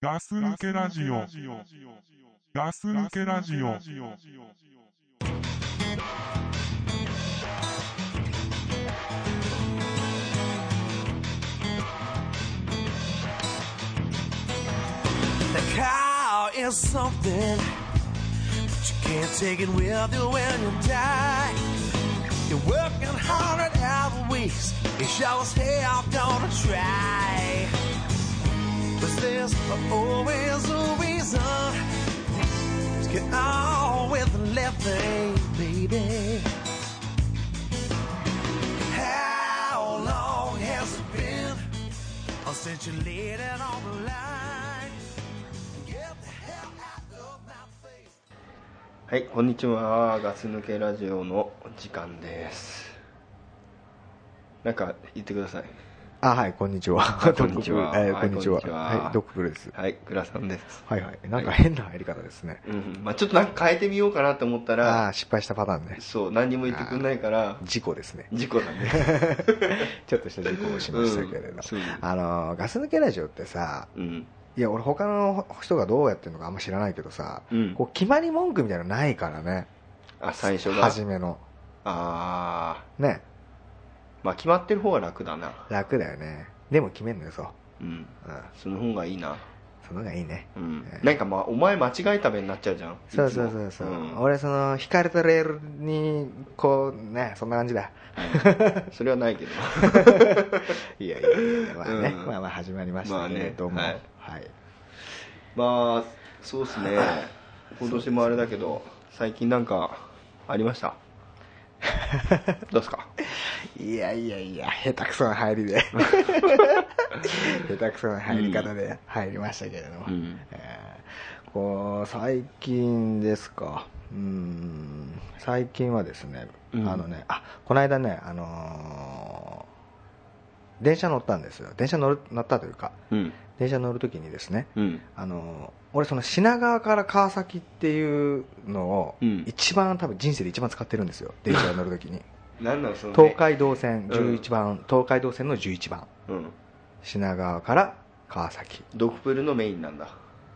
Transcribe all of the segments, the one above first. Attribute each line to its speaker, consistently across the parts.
Speaker 1: ガス抜けラジオ。ガス抜けラジオ。
Speaker 2: The car is something that you can't take it with you when you die. You're working hard at hour weeks. You sure as hell gonna try. But there's always a reason to get on with living, baby. How long has it been since you laid it on the line? Get the hell out of my face.
Speaker 3: はい、こんにちは。ガス抜けラジオの時間です。なんか言ってください。
Speaker 4: あ、はい、こんにちは。
Speaker 3: こんにちは
Speaker 4: ドッグブルえー
Speaker 3: はい
Speaker 4: こんにちは。
Speaker 3: こんにちは
Speaker 4: はい、ドッグブルーです。
Speaker 3: はい、グラさんです。
Speaker 4: はいはい。なんか変な入り方ですね。
Speaker 3: うん、まあちょっとなんか変えてみようかなと思った
Speaker 4: あ
Speaker 3: ら、
Speaker 4: あ、失敗したパターンね。
Speaker 3: そう、何にも言ってくんないから、
Speaker 4: 事故ですね。
Speaker 3: 事故だ ね。
Speaker 4: ちょっとした事故をしましたけれど。
Speaker 3: うんそう
Speaker 4: あのー、ガス抜けラジオってさ、
Speaker 3: うん。
Speaker 4: いや、俺他の人がどうやってるのかあんま知らないけどさ、
Speaker 3: うん
Speaker 4: こう決まり文句みたいなのないからね。
Speaker 3: あ、最初が。あ
Speaker 4: 初めの。
Speaker 3: あ
Speaker 4: ね。
Speaker 3: ー、まあ決まってる方が楽だな。
Speaker 4: 楽だよね。でも決めんのよ、そう。
Speaker 3: うん。
Speaker 4: うん。
Speaker 3: その方がいいな。
Speaker 4: その方がいいね。
Speaker 3: うん
Speaker 4: え。ー
Speaker 3: なんかまあ、お前間違えたべになっちゃうじゃん。
Speaker 4: そうそうそうそう、
Speaker 3: ん
Speaker 4: 俺その引かれたレールにこうねそんな感じだ
Speaker 3: それはないけど。
Speaker 4: いやいやいやまあね、
Speaker 3: うん
Speaker 4: まあまあ始まりましたけれども、
Speaker 3: まあ
Speaker 4: はい
Speaker 3: ねまあそうっすね今年もあれだけど最近なんかありました どうっすか
Speaker 4: い、やいやいや下手くそな入 りで下手くそな入り方で入りましたけれども、
Speaker 3: うん
Speaker 4: えーこう最近ですかうん最近はですね、
Speaker 3: うん
Speaker 4: あのねあこの間ねあのー電車乗ったんですよ電車乗る乗ったというか
Speaker 3: うん
Speaker 4: 電車乗るときにですね、
Speaker 3: うん
Speaker 4: あの俺その品川から川崎っていうのを
Speaker 3: うん
Speaker 4: 一番、多分人生で一番使ってるんで すよ電車に乗るときに
Speaker 3: 何なのその、
Speaker 4: 東海道
Speaker 3: う
Speaker 4: 線
Speaker 3: ん
Speaker 4: 11番、東海道線の11番
Speaker 3: うん
Speaker 4: 品川から川崎
Speaker 3: ドクプルのメインなんだ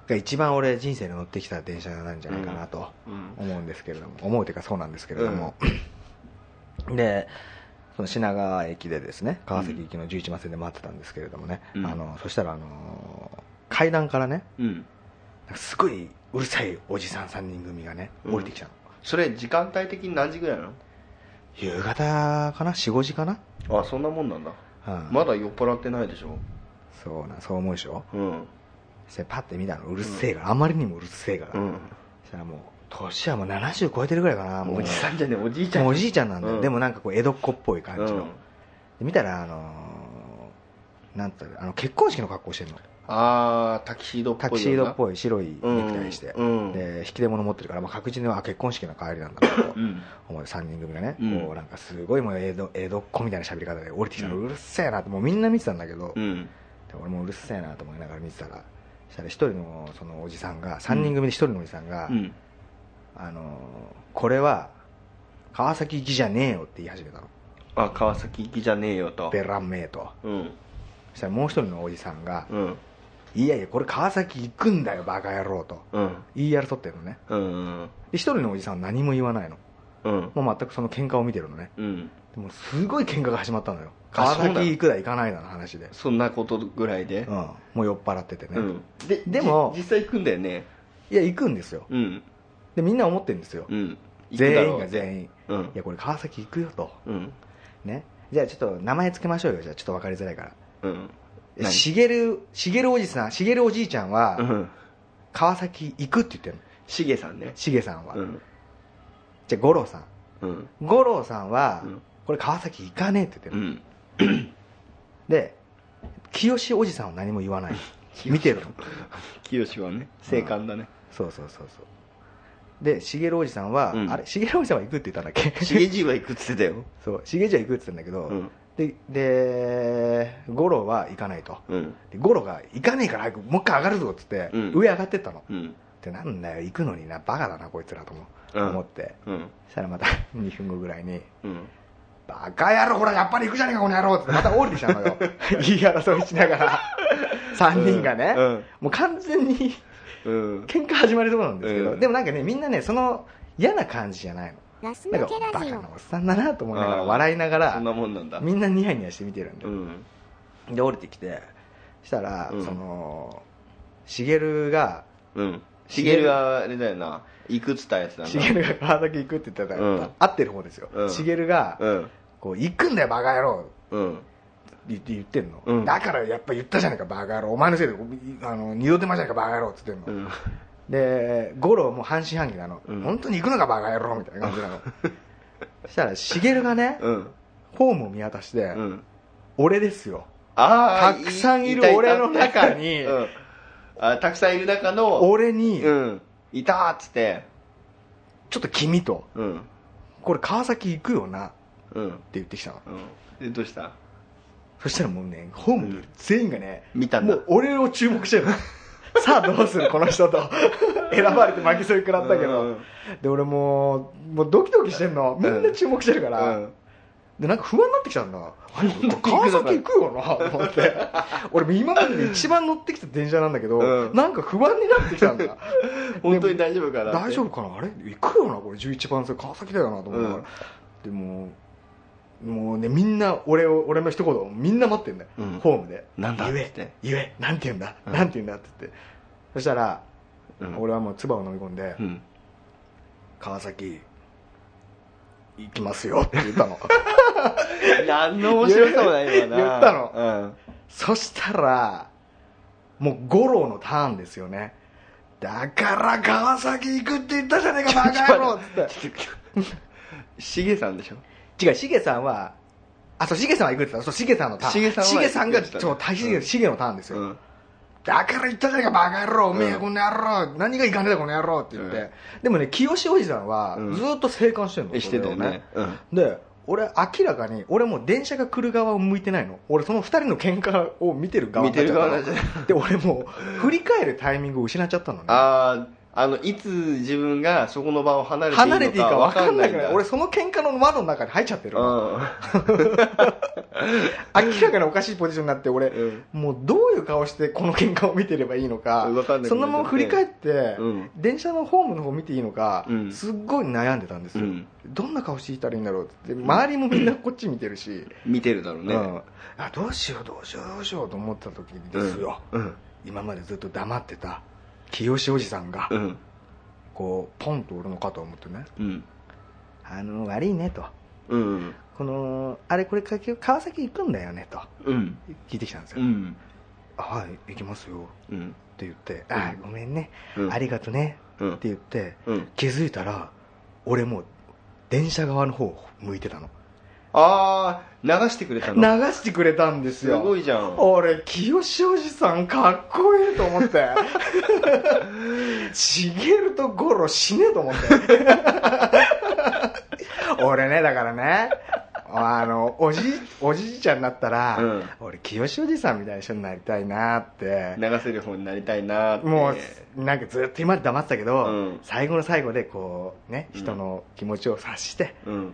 Speaker 4: が一番俺人生で乗ってきた電車なんじゃないかなと
Speaker 3: うん
Speaker 4: 思うんですけれども、思うというかそうなんですけれども、 でその品川駅でですね川崎行きの11番線で待ってたんですけれどもね、
Speaker 3: うん
Speaker 4: あのそしたらあの階段からね
Speaker 3: うん
Speaker 4: なんかすごいうるさいおじさん3人組がね
Speaker 3: うん
Speaker 4: 降りてきたの、
Speaker 3: それ時間帯的に何時ぐらいな
Speaker 4: 夕方かな45時かな、
Speaker 3: のあそんなもんなんだ
Speaker 4: うん
Speaker 3: まだ酔っ払ってないでしょ
Speaker 4: そうなそう思うでしょ
Speaker 3: うん
Speaker 4: そしてパッて見たのうるせえから、あまりにもうるせえから、
Speaker 3: うん
Speaker 4: そしたらもう年はもう70超えてるぐらいかなもう
Speaker 3: おじさんじゃねえおじいちゃん
Speaker 4: もうおじいちゃんなんだよ、
Speaker 3: うん
Speaker 4: でもなんかこう江戸っ子っぽい感
Speaker 3: う
Speaker 4: じの、
Speaker 3: ん
Speaker 4: で見たらあのーなんて言ったらあの結婚式の格好してるの
Speaker 3: ああタキシードっぽい
Speaker 4: タキシードっ
Speaker 3: い
Speaker 4: ぽい白いネクタイして、
Speaker 3: うん
Speaker 4: で引き出物持ってるから、まあ、確実にあ結婚式の帰りなんだなと
Speaker 3: うん
Speaker 4: 思う3人組がね、
Speaker 3: うん
Speaker 4: こうなんかすごいもう江戸江戸っ子みたいな喋り方で降りてきたの、
Speaker 3: う
Speaker 4: うんるせえなってもうみんな見てたんだけど、
Speaker 3: うん
Speaker 4: で俺もうるせえなと思いながら見てたらしたら一人のそのおじさんが3人組で一人のおじさんが、
Speaker 3: うん
Speaker 4: あのーこれは川崎行きじゃねえよって言い始めたの
Speaker 3: あ川崎行きじゃねえよと
Speaker 4: ベランメイと
Speaker 3: うん
Speaker 4: そしたらもう一人のおじさんが
Speaker 3: うん
Speaker 4: 「いやいやこれ川崎行くんだよバカ野郎」と
Speaker 3: うん
Speaker 4: 言い争ってるのね
Speaker 3: うん
Speaker 4: で一人のおじさんは何も言わないの
Speaker 3: うん
Speaker 4: もう全くその喧嘩を見てるのね
Speaker 3: うん
Speaker 4: でもすごい喧嘩が始まったのよ
Speaker 3: あ
Speaker 4: 川
Speaker 3: そうなの
Speaker 4: 崎行くだ行かないだの話で
Speaker 3: そんなことぐらいで
Speaker 4: うん、もう酔っ払っててね、
Speaker 3: うんで
Speaker 4: でも
Speaker 3: じ実際行くんだよね
Speaker 4: いや行くんですよ
Speaker 3: うん
Speaker 4: でみんな思ってるんですよ、
Speaker 3: うん
Speaker 4: 全員が
Speaker 3: 員
Speaker 4: 全員
Speaker 3: うん
Speaker 4: いやこれ川崎行くよと
Speaker 3: うん
Speaker 4: ねじゃあちょっと名前つけましょうよじゃあちょっと分かりづらいから
Speaker 3: うん
Speaker 4: えしげるしげるおじさんしげるおじいちゃん
Speaker 3: う
Speaker 4: は
Speaker 3: ん
Speaker 4: 川崎行くって言ってるの
Speaker 3: しげさんね
Speaker 4: しげさんは、
Speaker 3: うん
Speaker 4: じゃあ五郎さん
Speaker 3: うん
Speaker 4: 五郎さんは、
Speaker 3: うん
Speaker 4: これ川崎行かねえって言って
Speaker 3: う
Speaker 4: るの、
Speaker 3: ん
Speaker 4: で清おじさんは何も言わない見てるの
Speaker 3: 清はね生還だね
Speaker 4: そうそうそうそうでしげるおじさんは、
Speaker 3: うん
Speaker 4: あれしげるおじさんは行くって言ったんだっけ
Speaker 3: しげじいは行くっつってたよ
Speaker 4: そう、しげじは行くって言ったんだけど、
Speaker 3: うん
Speaker 4: で、で、ゴロは行かないと。
Speaker 3: うん
Speaker 4: で、ゴロが行かねえから早くもう一回上がるぞっつって、
Speaker 3: うん
Speaker 4: 上上がってったの。
Speaker 3: うん
Speaker 4: ってなんだよ、行くのにな、バカだな、こいつらと思,、
Speaker 3: う
Speaker 4: うん思って。
Speaker 3: うん
Speaker 4: そしたらまた 2分後ぐらいに、
Speaker 3: うん
Speaker 4: バカ野郎、ほら、やっぱり行くじゃねえか、この野郎っつって、また降りてきたのよ。言い争いしながら。 3人がね、
Speaker 3: うん
Speaker 4: もう完全に
Speaker 3: うん
Speaker 4: 喧嘩始まりそうなんですけど、
Speaker 3: うん
Speaker 4: でもなんかねみんなねその嫌な感じじゃないの
Speaker 5: ラス
Speaker 4: なん
Speaker 5: 抜
Speaker 4: か
Speaker 5: け
Speaker 4: バ
Speaker 5: ラ
Speaker 4: カ
Speaker 5: ジ
Speaker 4: な
Speaker 5: オ
Speaker 4: おっさんだなと思いながら
Speaker 3: あー
Speaker 4: 笑いなが
Speaker 3: そんな
Speaker 4: ら
Speaker 3: もんなんだ
Speaker 4: みんなニヤニヤして見てるんで
Speaker 3: う、ん
Speaker 4: で降りてきてしたら、
Speaker 3: うん
Speaker 4: そのしげるが
Speaker 3: うんしげるはあれだよな行くっつったやつなん
Speaker 4: し
Speaker 3: だ
Speaker 4: げるが川崎行くって言ったら、
Speaker 3: うん
Speaker 4: 合ってる方ですよ、
Speaker 3: うん
Speaker 4: しげるが、
Speaker 3: うん
Speaker 4: こう行くんだよバカ野郎
Speaker 3: うん
Speaker 4: 言って言ってんの、
Speaker 3: うん
Speaker 4: だからやっぱ言ったじゃないかバカ野郎お前のせいであの二度手間じゃないかバカ野郎って言ってん
Speaker 3: う
Speaker 4: の、
Speaker 3: ん
Speaker 4: で五郎も半信半疑なの、
Speaker 3: うん
Speaker 4: 本当に行くのかバカ野郎みたいな感じなのそ したらしげるがね、
Speaker 3: うん
Speaker 4: ホームを見渡して、
Speaker 3: うん
Speaker 4: 俺ですよ
Speaker 3: ああ
Speaker 4: たくさんいる俺の中に
Speaker 3: うんあたくさんいる中の
Speaker 4: 俺に、
Speaker 3: うんいたーっつって
Speaker 4: ちょっと君と
Speaker 3: うん
Speaker 4: これ川崎行くよなって
Speaker 3: うん
Speaker 4: 言ってきたの
Speaker 3: うんでどうした
Speaker 4: そしたらもうねホームにいる全員がね、
Speaker 3: 見たん
Speaker 4: も
Speaker 3: だ
Speaker 4: う俺を注目して るのさあどうするこの人と選ばれて負けそうに食らったけど、
Speaker 3: うん
Speaker 4: で俺もうもうドキドキしてんのみんな注目してるから、
Speaker 3: うん
Speaker 4: でなんか不安になってき たんだあれ川崎行くよなと思って俺も今までで一番乗ってきた電車なんだけど、
Speaker 3: うん
Speaker 4: なんか不安になってきたんだ
Speaker 3: 本当に大丈夫かなって
Speaker 4: 大丈夫かなあれ行くよなこれ11番線川崎だよなと思うから、でももうねみんな俺を俺の一言をみんな待ってんだよ、
Speaker 3: うん
Speaker 4: ホームで
Speaker 3: なんだ
Speaker 4: 言
Speaker 3: っつって
Speaker 4: え言えなんて言うんだ、
Speaker 3: うん
Speaker 4: なんて言うんだって言ってそしたら、
Speaker 3: うん
Speaker 4: 俺はもう唾を飲み込んで、
Speaker 3: うん
Speaker 4: 川崎行きますよって言っ たの
Speaker 3: 何の面白さもないよな
Speaker 4: 言ったの
Speaker 3: うん
Speaker 4: そしたらもう五郎のターンですよねだから川崎行くって言ったじゃねえかバカ野郎っつっ
Speaker 3: しげさんでしょ
Speaker 4: て違うしげさんはあそうしげさんは行くって言ったそうしげさんのターン
Speaker 3: しげさんは
Speaker 4: しげさんが
Speaker 3: 行くって言った
Speaker 4: そう大しげしげのターンですよ、
Speaker 3: うん
Speaker 4: だから言ったじゃねえかバカ野郎おめえ
Speaker 3: うん
Speaker 4: この野郎何がいかねえだこの野郎って言って、
Speaker 3: うん
Speaker 4: でもね清志おじさんは
Speaker 3: うん
Speaker 4: ずっと生還してるの、
Speaker 3: えしてたよ
Speaker 4: それを
Speaker 3: ねうん
Speaker 4: で俺明らかに俺もう電車が来る側を向いてないの俺その2人の喧嘩を見てる側になっちゃったの
Speaker 3: 見てる側になっちゃ
Speaker 4: で俺もう振り返るタイミングを失っちゃったのね
Speaker 3: あああのいつ自分がそこの場を離れていいのか
Speaker 4: 離れていいか分かんなく
Speaker 3: わ
Speaker 4: ない
Speaker 3: ん
Speaker 4: 俺その喧嘩の窓の中に入っちゃってるの
Speaker 3: う
Speaker 4: 明らかにおかしいポジションになって俺
Speaker 3: うん
Speaker 4: もうどういう顔してこの喧嘩を見てればいいの
Speaker 3: わ
Speaker 4: か
Speaker 3: かんなくなっちゃって
Speaker 4: そのまま振り返って
Speaker 3: うん
Speaker 4: 電車のホームの方見ていいのか
Speaker 3: うん
Speaker 4: すっごい悩んでたんですよ
Speaker 3: うん
Speaker 4: どんな顔していたらいいんだろうって周りもみんなこっち見てるし
Speaker 3: ん見てるだろうね、
Speaker 4: うん、あどうしようどうしようどうしようと思った時にですよ、
Speaker 3: うん
Speaker 4: 今までずっと黙ってた清志おじさんが、
Speaker 3: うん
Speaker 4: こうポンと俺の肩を持ってね
Speaker 3: うん
Speaker 4: 「あの悪いね」と
Speaker 3: うん
Speaker 4: 「このあれこれかけ川崎行くんだよね」と
Speaker 3: うん
Speaker 4: 聞いてきたんです
Speaker 3: う
Speaker 4: よ
Speaker 3: ん
Speaker 4: 「あはい行きますよ」
Speaker 3: うん
Speaker 4: って言って「あ
Speaker 3: うん
Speaker 4: ごめんね、
Speaker 3: うん
Speaker 4: ありがとね」
Speaker 3: うん
Speaker 4: って言って、
Speaker 3: うん
Speaker 4: 気づいたら俺もう電車側の方を向いてたの
Speaker 3: ああ流してくれた
Speaker 4: 流
Speaker 3: の
Speaker 4: してくれたんです
Speaker 3: す
Speaker 4: よ
Speaker 3: ごいじゃん
Speaker 4: 俺清志おじさんかっこいいと思って しげるとゴロ死ねえと思って俺ねだからねあのおじおじいちゃんになったら、
Speaker 3: うん
Speaker 4: 俺清志おじさんみたいな人になりたいなって
Speaker 3: 流せる方になりたいなーって
Speaker 4: もうなんかずっと今まで黙ってたけど、
Speaker 3: うん
Speaker 4: 最後の最後でこうね
Speaker 3: うん
Speaker 4: 人の気持ちを察して
Speaker 3: うん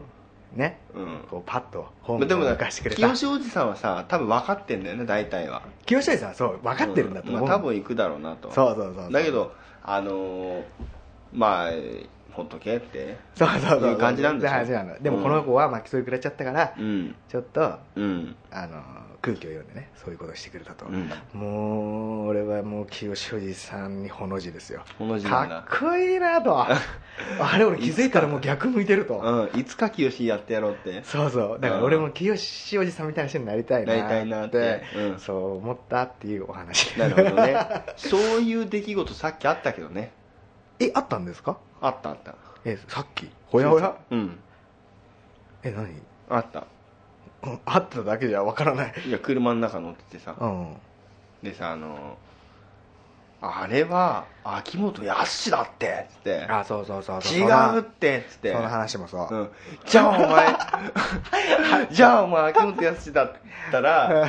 Speaker 4: ね、
Speaker 3: うん
Speaker 4: こうパッと
Speaker 3: ま
Speaker 4: ホー
Speaker 3: あ
Speaker 4: ム
Speaker 3: で
Speaker 4: に
Speaker 3: も
Speaker 4: 向かしてくれた
Speaker 3: 清志おじさんはさ多分分かってんだよね大体は
Speaker 4: 清志おじさんはそう分かってるんだと思う、
Speaker 3: まあ、多分行くだろうなと
Speaker 4: そうそうそうそう
Speaker 3: だけどあのーまあほっとけって
Speaker 4: そうそうそうそう
Speaker 3: いう感じなんでしょ
Speaker 4: 感じなのでも
Speaker 3: うん
Speaker 4: この子は巻き添え食らっちゃったから、
Speaker 3: うん
Speaker 4: ちょっと
Speaker 3: うん
Speaker 4: あの空気を読んでねそういうことをしてくれたと、
Speaker 3: うん
Speaker 4: もう俺はもう清志おじさんにほの字ですよ
Speaker 3: ほの字なんだ
Speaker 4: かっこいいな とあれ俺気づいたらもう逆向いてると、
Speaker 3: うん、いつか清やってやろうって
Speaker 4: そうそうだから俺も清志おじさんみたいな人になりたいなって
Speaker 3: なりたいなってうん
Speaker 4: そう思ったっていうお話
Speaker 3: なるほどねそういう出来事さっきあったけどね
Speaker 4: えあったんですか
Speaker 3: あったあった
Speaker 4: えさっきほやほや
Speaker 3: うん
Speaker 4: え何、
Speaker 3: あった
Speaker 4: うん、あっただけじゃわからない
Speaker 3: いや車の中乗っててさ
Speaker 4: うん
Speaker 3: でさあのーあれは秋元康だってつって
Speaker 4: あそうそうそうそう
Speaker 3: 違うってつって
Speaker 4: その話もそう、
Speaker 3: うんじゃあお前 じゃあお前秋元康だった ら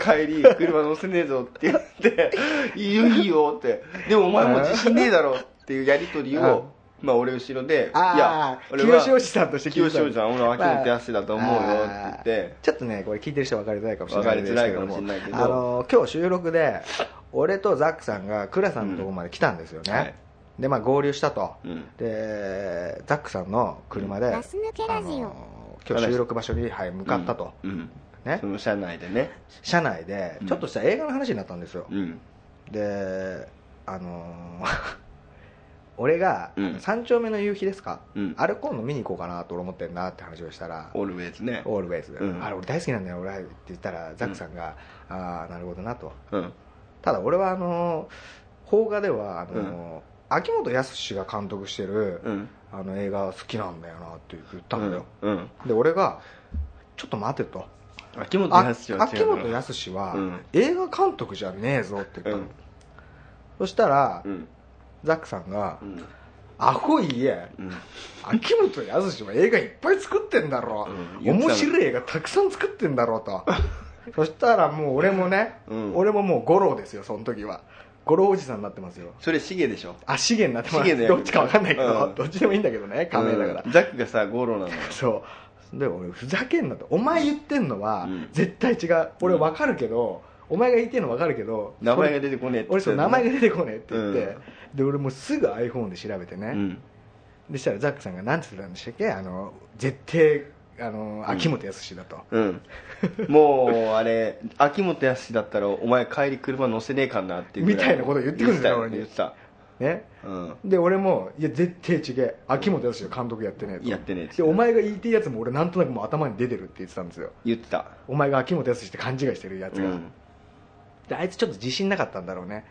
Speaker 3: 帰り車乗せねえぞって言って「いいよいいよ」って「でもお前も自信ねえだろ」っていうやり取り
Speaker 4: うん
Speaker 3: をまあ俺後ろで、い
Speaker 4: あ
Speaker 3: や
Speaker 4: あ、
Speaker 3: 俺
Speaker 4: 清志お
Speaker 3: は
Speaker 4: じさんとして
Speaker 3: 清
Speaker 4: 清
Speaker 3: 志おじさん、俺は秋元康だと思うよって言って、
Speaker 4: ちょっとね、これ聞いてる人分かりづらいかもしれないですけども、
Speaker 3: 分かりづらいかもしれないけど
Speaker 4: あの今日収録で、俺とザックさんが倉さんのところまで来たんですよ
Speaker 3: う
Speaker 4: ね、
Speaker 3: んはい
Speaker 4: で、まあ、合流したと、
Speaker 3: うん
Speaker 4: で、ザックさんの車で、
Speaker 5: ガス抜けラジオ
Speaker 4: あの今日収録場所に、はい、向かったと、
Speaker 3: うん、
Speaker 4: ね
Speaker 3: そ、の車内でね、
Speaker 4: 車内で、ちょっとした映画の話になったんですよ、
Speaker 3: うん、
Speaker 4: で、あの 俺が、
Speaker 3: うん
Speaker 4: 三丁目の夕日ですか、
Speaker 3: うん
Speaker 4: あれ今度見に行こうかなと俺思ってんなって話をしたら、
Speaker 3: オールウェイズね、
Speaker 4: オールウェイズ、
Speaker 3: うん
Speaker 4: あれ俺大好きなんだよ俺って言ったらザックさんが、ああなるほどなと
Speaker 3: うん、
Speaker 4: ただ俺はあのー邦画ではあのー秋元康が監督してる、
Speaker 3: うん、
Speaker 4: あの映画好きなんだよなって言ったんだよ、
Speaker 3: うん、
Speaker 4: で俺がちょっと待てと
Speaker 3: 秋元
Speaker 4: あ
Speaker 3: 康は違
Speaker 4: 秋
Speaker 3: う
Speaker 4: 元
Speaker 3: な
Speaker 4: 康は、
Speaker 3: うん
Speaker 4: 映画監督じゃねえぞって言ったの、
Speaker 3: うん
Speaker 4: そしたら、
Speaker 3: うん、
Speaker 4: ザックさんが「
Speaker 3: うん、
Speaker 4: アホいえ
Speaker 3: うん、
Speaker 4: 秋元康は映画いっぱい作ってんだろ、
Speaker 3: うん
Speaker 4: 面白い映画たくさん作ってんだろうと そしたらもう俺もね、
Speaker 3: うん
Speaker 4: 俺ももう五郎ですよその時は五郎おじさんになってますよ
Speaker 3: それ、シゲでしょ、
Speaker 4: あ資源になってま
Speaker 3: シゲの
Speaker 4: す
Speaker 3: 役
Speaker 4: どっちかわかんないけど、
Speaker 3: うん
Speaker 4: どっちでもいいんだけどね仮名だから、
Speaker 3: うんザックがさ、ゴロなのよ、
Speaker 4: そうで俺ふざけんなとお前言ってんのは、
Speaker 3: うん
Speaker 4: 絶対違う俺わかるけど、お前が言ってんのわかるけど
Speaker 3: 名前が
Speaker 4: それ
Speaker 3: 出てこねえって言
Speaker 4: 俺
Speaker 3: ってた
Speaker 4: そう
Speaker 3: よね
Speaker 4: 名前が出てこねえって言って、
Speaker 3: うん
Speaker 4: で俺もうすぐ iPhone で調べてね、
Speaker 3: うん、
Speaker 4: でしたらザックさんが何て言ってたんでしたっけあの絶対あの秋元康だと、
Speaker 3: うん、もうあれ、秋元康だったら、お前、帰り車乗せねえかなっていうぐら
Speaker 4: みたいなこと言ってくるんだよ
Speaker 3: 言ってた、
Speaker 4: ね
Speaker 3: 言ってた
Speaker 4: で俺もいや絶対違え秋元康が監督やってねえと
Speaker 3: やってねえって
Speaker 4: でお前が言ってるやつも俺なんとなくもう頭に出てるって言ってたんですよ
Speaker 3: 言ってた、
Speaker 4: お前が秋元康って勘違いしてるやつ
Speaker 3: う
Speaker 4: が、
Speaker 3: ん、
Speaker 4: であいつちょっと自信なかったんだろうね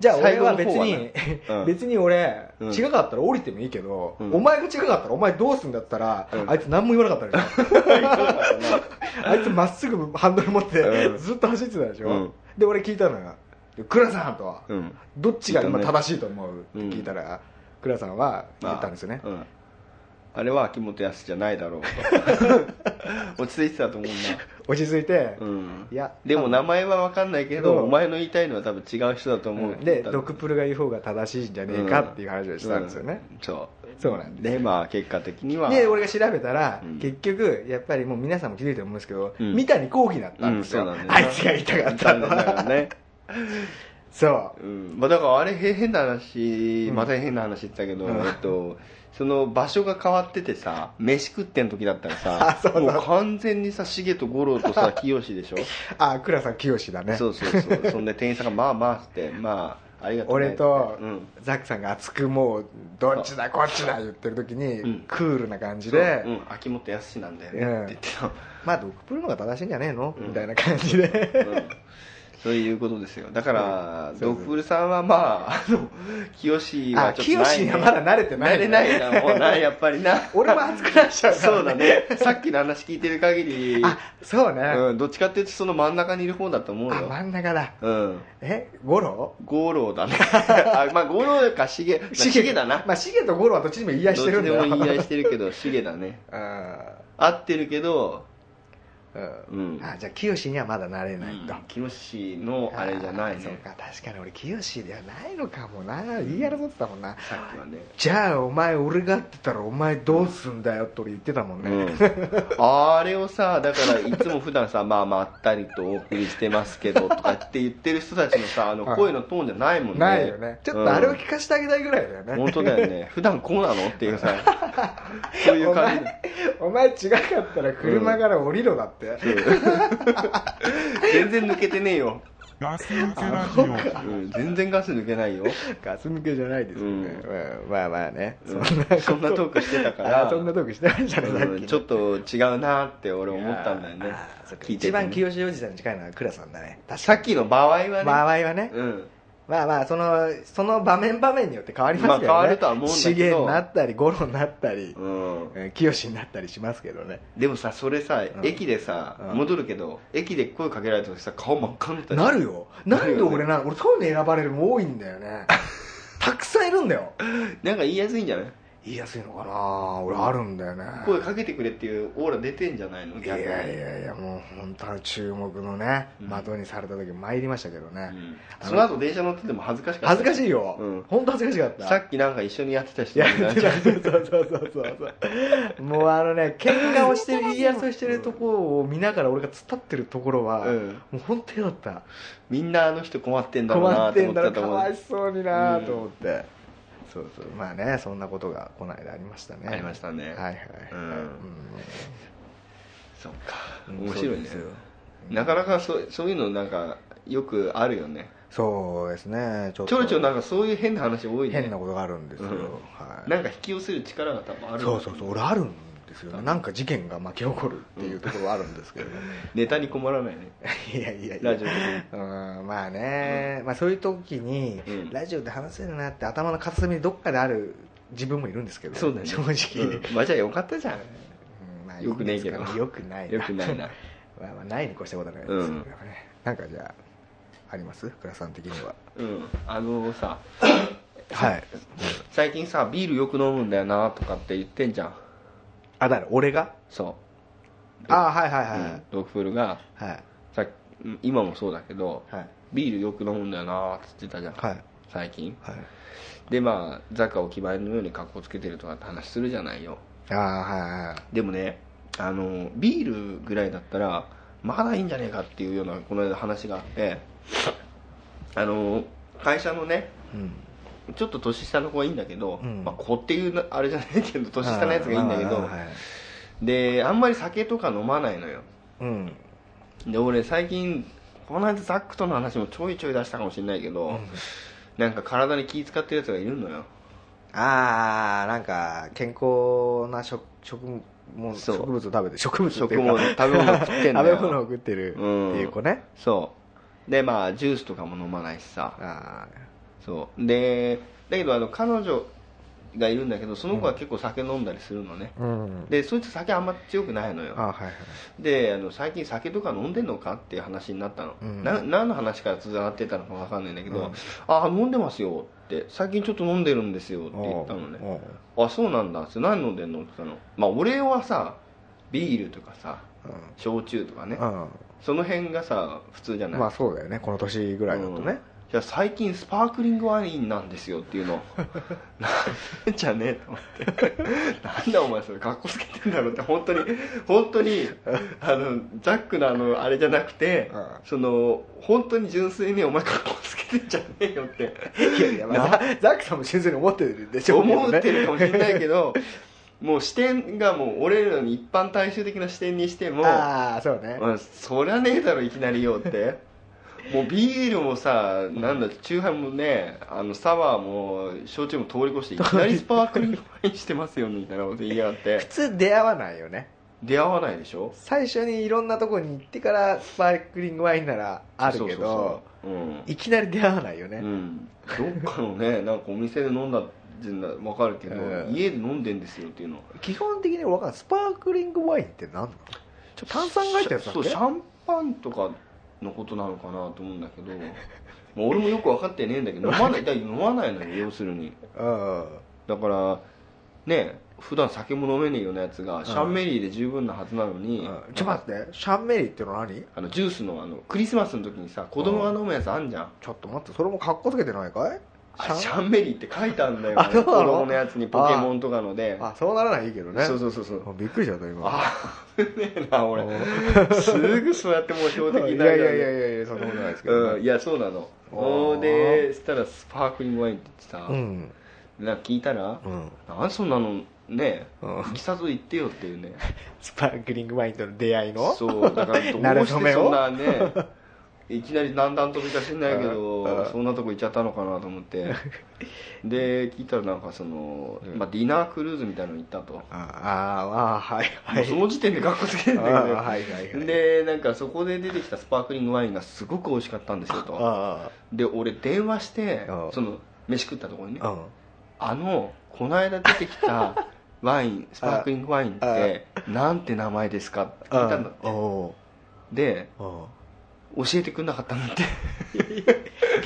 Speaker 4: じゃあ俺
Speaker 3: 最後
Speaker 4: は
Speaker 3: の
Speaker 4: 別
Speaker 3: 方は
Speaker 4: に
Speaker 3: ねうん
Speaker 4: 別に俺、
Speaker 3: うん
Speaker 4: 違かったら降りてもいいけど、
Speaker 3: うん
Speaker 4: お前が違かったらお前どうすんだったら、
Speaker 3: うん
Speaker 4: あいつ何も言わなかったでしょ あいつまっすぐハンドル持って
Speaker 3: うん
Speaker 4: ずっと走ってたでしょ、
Speaker 3: うん
Speaker 4: で俺聞いたのよ「倉さん」とは、
Speaker 3: うん
Speaker 4: どっちが今正しいと思う?」って聞いたら、倉さんは言ったんですよね、
Speaker 3: うん、あれは秋元康じゃないだろう と落ち着いてたと思う
Speaker 4: 落ち着いて、
Speaker 3: な、うん、
Speaker 4: いや
Speaker 3: でも
Speaker 4: な
Speaker 3: 名前は分かんないけ
Speaker 4: け
Speaker 3: ど
Speaker 4: ど
Speaker 3: お前の言いたいのは多分違う人だと思う、
Speaker 4: でドクプルが言う方が正しいんじゃねえかっていう話をしたんですよね、
Speaker 3: うんそう
Speaker 4: そうなんです
Speaker 3: でまあ結果的には
Speaker 4: で俺が調べたら、
Speaker 3: うん
Speaker 4: 結局やっぱりもう皆さんも気づいてると思うんですけど、
Speaker 3: うん
Speaker 4: 三谷幸喜だったんですよ、
Speaker 3: うんそうなんだ
Speaker 4: あ
Speaker 3: よない
Speaker 4: つが言いたかったの
Speaker 3: だから
Speaker 4: は、
Speaker 3: ね、
Speaker 4: そ
Speaker 3: う
Speaker 4: う
Speaker 3: んまあ、だからあれ変な話また変な話言ってたけど、
Speaker 4: うん
Speaker 3: えっとその場所が変わっててさ飯食ってん時だったら
Speaker 4: あ
Speaker 3: さ
Speaker 4: そうだ
Speaker 3: もう完全にさシゲと五郎とさ清でしょ
Speaker 4: あ倉さん清だね
Speaker 3: そうそうそうそんで店員さんが「まあまあ」っつって「まあありがとうね」
Speaker 4: 俺と
Speaker 3: うん
Speaker 4: ザックさんが熱くもうどっちだこっちだ言ってる時に、
Speaker 3: うん
Speaker 4: クールな感じ
Speaker 3: で
Speaker 4: で、
Speaker 3: うん「秋元康なんだよね」って言ってたの
Speaker 4: まあドクプルの方が正しいんじゃねえの、
Speaker 3: うん
Speaker 4: みたいな感じで、
Speaker 3: うんそういうことですよだから
Speaker 4: うんそう
Speaker 3: ド
Speaker 4: そう
Speaker 3: クプルさんはまああの清は
Speaker 4: あ
Speaker 3: ちょっとない
Speaker 4: 清にはまだ慣れてない
Speaker 3: 慣れないなもうなやっぱりな
Speaker 4: 俺も熱くなっちゃうから、
Speaker 3: そうだねさっきの話聞いてる限り
Speaker 4: あそうね、
Speaker 3: うんどっちかっていうとその真ん中にいる方だと思う
Speaker 4: あ
Speaker 3: よ
Speaker 4: 真ん中だ
Speaker 3: うん
Speaker 4: え五郎
Speaker 3: 五郎 だねあまあ五郎かシゲまあシゲだな
Speaker 4: まあシゲと五郎はどっちにも言い合いしてるんだよ
Speaker 3: どっちで も言い合いしてるけどシゲだね
Speaker 4: あ
Speaker 3: 合ってるけど、
Speaker 4: ー
Speaker 3: う
Speaker 4: うんん、、あじゃあ清にはまだ慣れないと、
Speaker 3: キヨシのあれじゃない
Speaker 4: あーそう
Speaker 3: ね
Speaker 4: か確かに俺清ではないのかもな言い争ってたもんな
Speaker 3: さっきはね、
Speaker 4: じゃあお前俺がってたらお前どうすんだよって俺言ってたもんね、
Speaker 3: あれをさだからいつも普段さまあまったりとお送りしてますけどとかって言ってる人たちのさあの
Speaker 4: はい
Speaker 3: 声のトーンじゃないもんね
Speaker 4: ないよねちょっとあれを
Speaker 3: き
Speaker 4: 聞かせてあげたいぐらいだよね、
Speaker 3: 本当だよ ね普段こうなのっていうさそういう
Speaker 4: お
Speaker 3: 感じ
Speaker 4: 前お前違かったら車から降りろだって、
Speaker 3: 全然抜けてねえよ、
Speaker 1: ガス抜けラジオ。
Speaker 3: うん、全然ガス抜けないよ
Speaker 4: ガス抜けじゃないですよね、うんまあまあね、
Speaker 3: うんそんなトークしてたから
Speaker 4: あーそんなトークしてましたね、さっき
Speaker 3: う
Speaker 4: ね
Speaker 3: んちょっと違うなって俺思ったんだよね
Speaker 4: あーそっか
Speaker 3: 聞いてて
Speaker 4: 一番
Speaker 3: ね
Speaker 4: 清志おじさんに近いのは倉さんだね確
Speaker 3: さっきの場合はね、
Speaker 4: 場合はね、
Speaker 3: うん
Speaker 4: まあまあそのその場面場面によって変わりますけどね、
Speaker 3: まあ変わるとは思うんだけど
Speaker 4: 資源になったり五郎になったり、
Speaker 3: うん
Speaker 4: えー清になったりしますけどね
Speaker 3: でもさそれさ、
Speaker 4: ん
Speaker 3: 駅でさ、
Speaker 4: うん
Speaker 3: 戻るけど駅で声かけられた時さ顔真っ赤になった
Speaker 4: なるよなんで俺
Speaker 3: な
Speaker 4: な俺そういうの選ばれるの多いんだよねたくさんいるんだよ
Speaker 3: なんか言いやすいんじゃない
Speaker 4: 言いやすいのかな俺あるんだよね
Speaker 3: 声かけてくれっていうオーラ出てんじゃないの
Speaker 4: いやいやいやもう本当の注目のね
Speaker 3: うん
Speaker 4: 的にされた時参りましたけどね、
Speaker 3: うんその後電車乗ってても恥ずかしかった
Speaker 4: 恥ずかしいよ、
Speaker 3: うん
Speaker 4: 本当恥ずかしかった
Speaker 3: さっきなんか一緒にやってた人
Speaker 4: や
Speaker 3: みたい
Speaker 4: って
Speaker 3: な
Speaker 4: たそうそうそうそうそうもうあのね喧嘩を してる言い争いしてるところを見ながら俺が突っ立ってるところは、
Speaker 3: うん
Speaker 4: もう本当嫌だった
Speaker 3: みんなあの人困ってんだろう
Speaker 4: 困
Speaker 3: な
Speaker 4: っ
Speaker 3: と
Speaker 4: て
Speaker 3: 思
Speaker 4: ん
Speaker 3: っ
Speaker 4: だ
Speaker 3: た
Speaker 4: ろ
Speaker 3: と
Speaker 4: か
Speaker 3: 思う
Speaker 4: わいそうになと思って、そうそうまあねそんなことがこの間ありましたね
Speaker 3: ありましたね
Speaker 4: はいはいはい、
Speaker 3: うんそっか
Speaker 4: うん
Speaker 3: 面白いね
Speaker 4: そうですよ
Speaker 3: なかなかそうそういうのなんかよくあるよね
Speaker 4: そうですねちょっ
Speaker 3: ちょろちょろなんかそういう変な話多いね
Speaker 4: 変なことがあるんですよ、
Speaker 3: うん
Speaker 4: はい
Speaker 3: なんか引き寄せる力が多分ある
Speaker 4: そうそうそう俺あるんですよねなんか事件が巻き起こるっていうところはあるんですけど、ね
Speaker 3: ネタに困らないね
Speaker 4: いやいやいや
Speaker 3: ラジオで
Speaker 4: うんまあね、まあ、そういう時に、
Speaker 3: うん
Speaker 4: ラジオで話せるなって頭の片隅にどっかである自分もいるんですけど
Speaker 3: そうだね
Speaker 4: 正直、
Speaker 3: うんまあじゃあよかったじゃん
Speaker 4: うんまあ
Speaker 3: よくねえけど
Speaker 4: いいんですかねよくない
Speaker 3: よくないな
Speaker 4: まあまあないに越したことはないですけど
Speaker 3: うん
Speaker 4: ね、なんかじゃああります倉さん的には
Speaker 3: うんあのさ
Speaker 4: はい
Speaker 3: 最近さビールよく飲むんだよなとかって言ってんじゃん
Speaker 4: あだから俺が
Speaker 3: そ、
Speaker 4: あはいはいうはい、
Speaker 3: うんドッグフールが
Speaker 4: はい
Speaker 3: さうん今もそうだけど、
Speaker 4: はい
Speaker 3: ビールよく飲むんだよなって言ってたじゃん、
Speaker 4: はい
Speaker 3: 最近
Speaker 4: はい
Speaker 3: でまあザカお決まりのように格好つけてるとかって話するじゃないよ
Speaker 4: あはいはいはい
Speaker 3: でもねあのビールぐらいだったらまだいいんじゃねえかっていうようなこの間話があってあの会社のね
Speaker 4: うん
Speaker 3: ちょっと年下の子はいいんだけど、
Speaker 4: うん
Speaker 3: まあ、子っていうなあれじゃないけど年下のやつがいいんだけ
Speaker 4: あ
Speaker 3: ど
Speaker 4: ーはい
Speaker 3: であんまり酒とか飲まないのよ
Speaker 4: うん
Speaker 3: で俺最近この間ザックとの話もちょいちょい出したかもしれないけど、なんか体に気使ってるやつがいるのよ
Speaker 4: ああなんか健康な食食物
Speaker 3: そう
Speaker 4: 植物を食べて植物っていう
Speaker 3: 食物
Speaker 4: か
Speaker 3: 食べ物食ってんだよ
Speaker 4: 食べ物を食ってるっていう子ね、
Speaker 3: そうでまあジュースとかも飲まないしさ
Speaker 4: あ
Speaker 3: そうでだけどあの彼女がいるんだけどその子は結構酒飲んだりするのね、
Speaker 4: あうん
Speaker 3: でそいつ酒あんま強くないのよ
Speaker 4: あはいはい
Speaker 3: であの最近酒とか飲んでんのかっていう話になったの、
Speaker 4: うん
Speaker 3: な何の話からつながってたのか分かんないんだけど、あ飲んでますよって最近ちょっと飲んでるんですよって言ったのね
Speaker 4: おう
Speaker 3: あそうなんだって何飲んでんのって言ったのまあ俺はさビールとかさ焼酎とかね、
Speaker 4: おう
Speaker 3: その辺がさ普通じゃ
Speaker 4: う
Speaker 3: なんい、
Speaker 4: まあそうだよねこの年ぐらいだと
Speaker 3: うん
Speaker 4: ね、
Speaker 3: じゃあ最近スパークリングワインなんですよっていうの なんじゃねえと思ってなんだお前それかっこつけてんだろうって本当に本当にあのザックのあのあれじゃなくて、
Speaker 4: うん
Speaker 3: その本当に純粋にお前かっこつけてんじゃねえよって
Speaker 4: いやいや、まあ、ザックさんも真に思ってるでしょうけど
Speaker 3: 思
Speaker 4: ね
Speaker 3: ってるかもしれないけ どもう視点がもう俺らの一般大衆的な視点にしても
Speaker 4: ああそうね、
Speaker 3: まあ、そりゃねえだろいきなりよ ってもうビールもさなんだチューハイもねあのサワーも焼酎も通り越していきなりスパークリングワインしてますよみたいなこと言いやがって
Speaker 4: 普通出会わないよね
Speaker 3: 出会わないでしょ
Speaker 4: 最初にいろんなとこに行ってからスパークリングワインならあるけど
Speaker 3: そうそうそううん
Speaker 4: いきなり出会わないよね、
Speaker 3: うん、どっかのねなんかお店で飲んだっていうのは分かるけど、
Speaker 4: うん
Speaker 3: 家で飲んでんですよっていうの
Speaker 4: 基本的に俺わかんないスパークリングワインって何なのちょ炭酸が入ったやつだっ
Speaker 3: そう
Speaker 4: け
Speaker 3: シャンパンとかのことなのかなと思うんだけどもう俺もよく分かってねえんだけど飲まないだから飲まないのよ要するに
Speaker 4: うん
Speaker 3: だからね普段酒も飲めねえようなやつがシャンメリーで十分なはずなのに、
Speaker 4: うんちょっと待ってシャンメリーってのは何
Speaker 3: あのジュースのあのクリスマスの時にさ子供が飲むやつあんじゃん、
Speaker 4: ちょっと待ってそれもかっこつけてないかい
Speaker 3: あシャンメリーって書いてあるんだよ、
Speaker 4: あそうな
Speaker 3: 子
Speaker 4: の
Speaker 3: 供のやつにポケモンとかので
Speaker 4: あそうならないいけどね
Speaker 3: そうそうそうそう
Speaker 4: びっくりしちゃった今
Speaker 3: あ危ねえな俺すぐそうやってもう標的
Speaker 4: い
Speaker 3: にな
Speaker 4: や
Speaker 3: る
Speaker 4: い
Speaker 3: よ
Speaker 4: や
Speaker 3: ね
Speaker 4: いやいやいやそんなことないですけど
Speaker 3: う
Speaker 4: ね
Speaker 3: ん、いやそうなの
Speaker 4: あー
Speaker 3: ほうでしたらスパークリングワインって言ってさ、
Speaker 4: うん
Speaker 3: なんか聞いたら
Speaker 4: う、ん
Speaker 3: なんでそんなのね
Speaker 4: うん
Speaker 3: いきさつ言ってよっていうね
Speaker 4: スパークリングワインとの出会いの
Speaker 3: そうだからど
Speaker 4: な
Speaker 3: う
Speaker 4: る
Speaker 3: し
Speaker 4: ほ
Speaker 3: て
Speaker 4: ど
Speaker 3: そんな ねいきなり何段飛びかしてんないけ
Speaker 4: うんう
Speaker 3: ど
Speaker 4: ん
Speaker 3: そんなとこ行っちゃったのかなと思って で聞いたらなんかその、まあ、ディナークルーズみたいなの行ったと、
Speaker 4: あああはいは
Speaker 3: もうそ
Speaker 4: い
Speaker 3: の時点でかっこつけてんだけど、
Speaker 4: あーはいはいはい
Speaker 3: でなんかそこで出てきたスパークリングワインがすごく美味しかったんですよと
Speaker 4: あ
Speaker 3: で俺電話して
Speaker 4: うん
Speaker 3: その飯食ったところにね
Speaker 4: あうん
Speaker 3: あのこの間出てきたワインスパークリングワインってなんて名前ですかって聞いたんだって
Speaker 4: お
Speaker 3: で
Speaker 4: お
Speaker 3: 教えてくれなかったんだって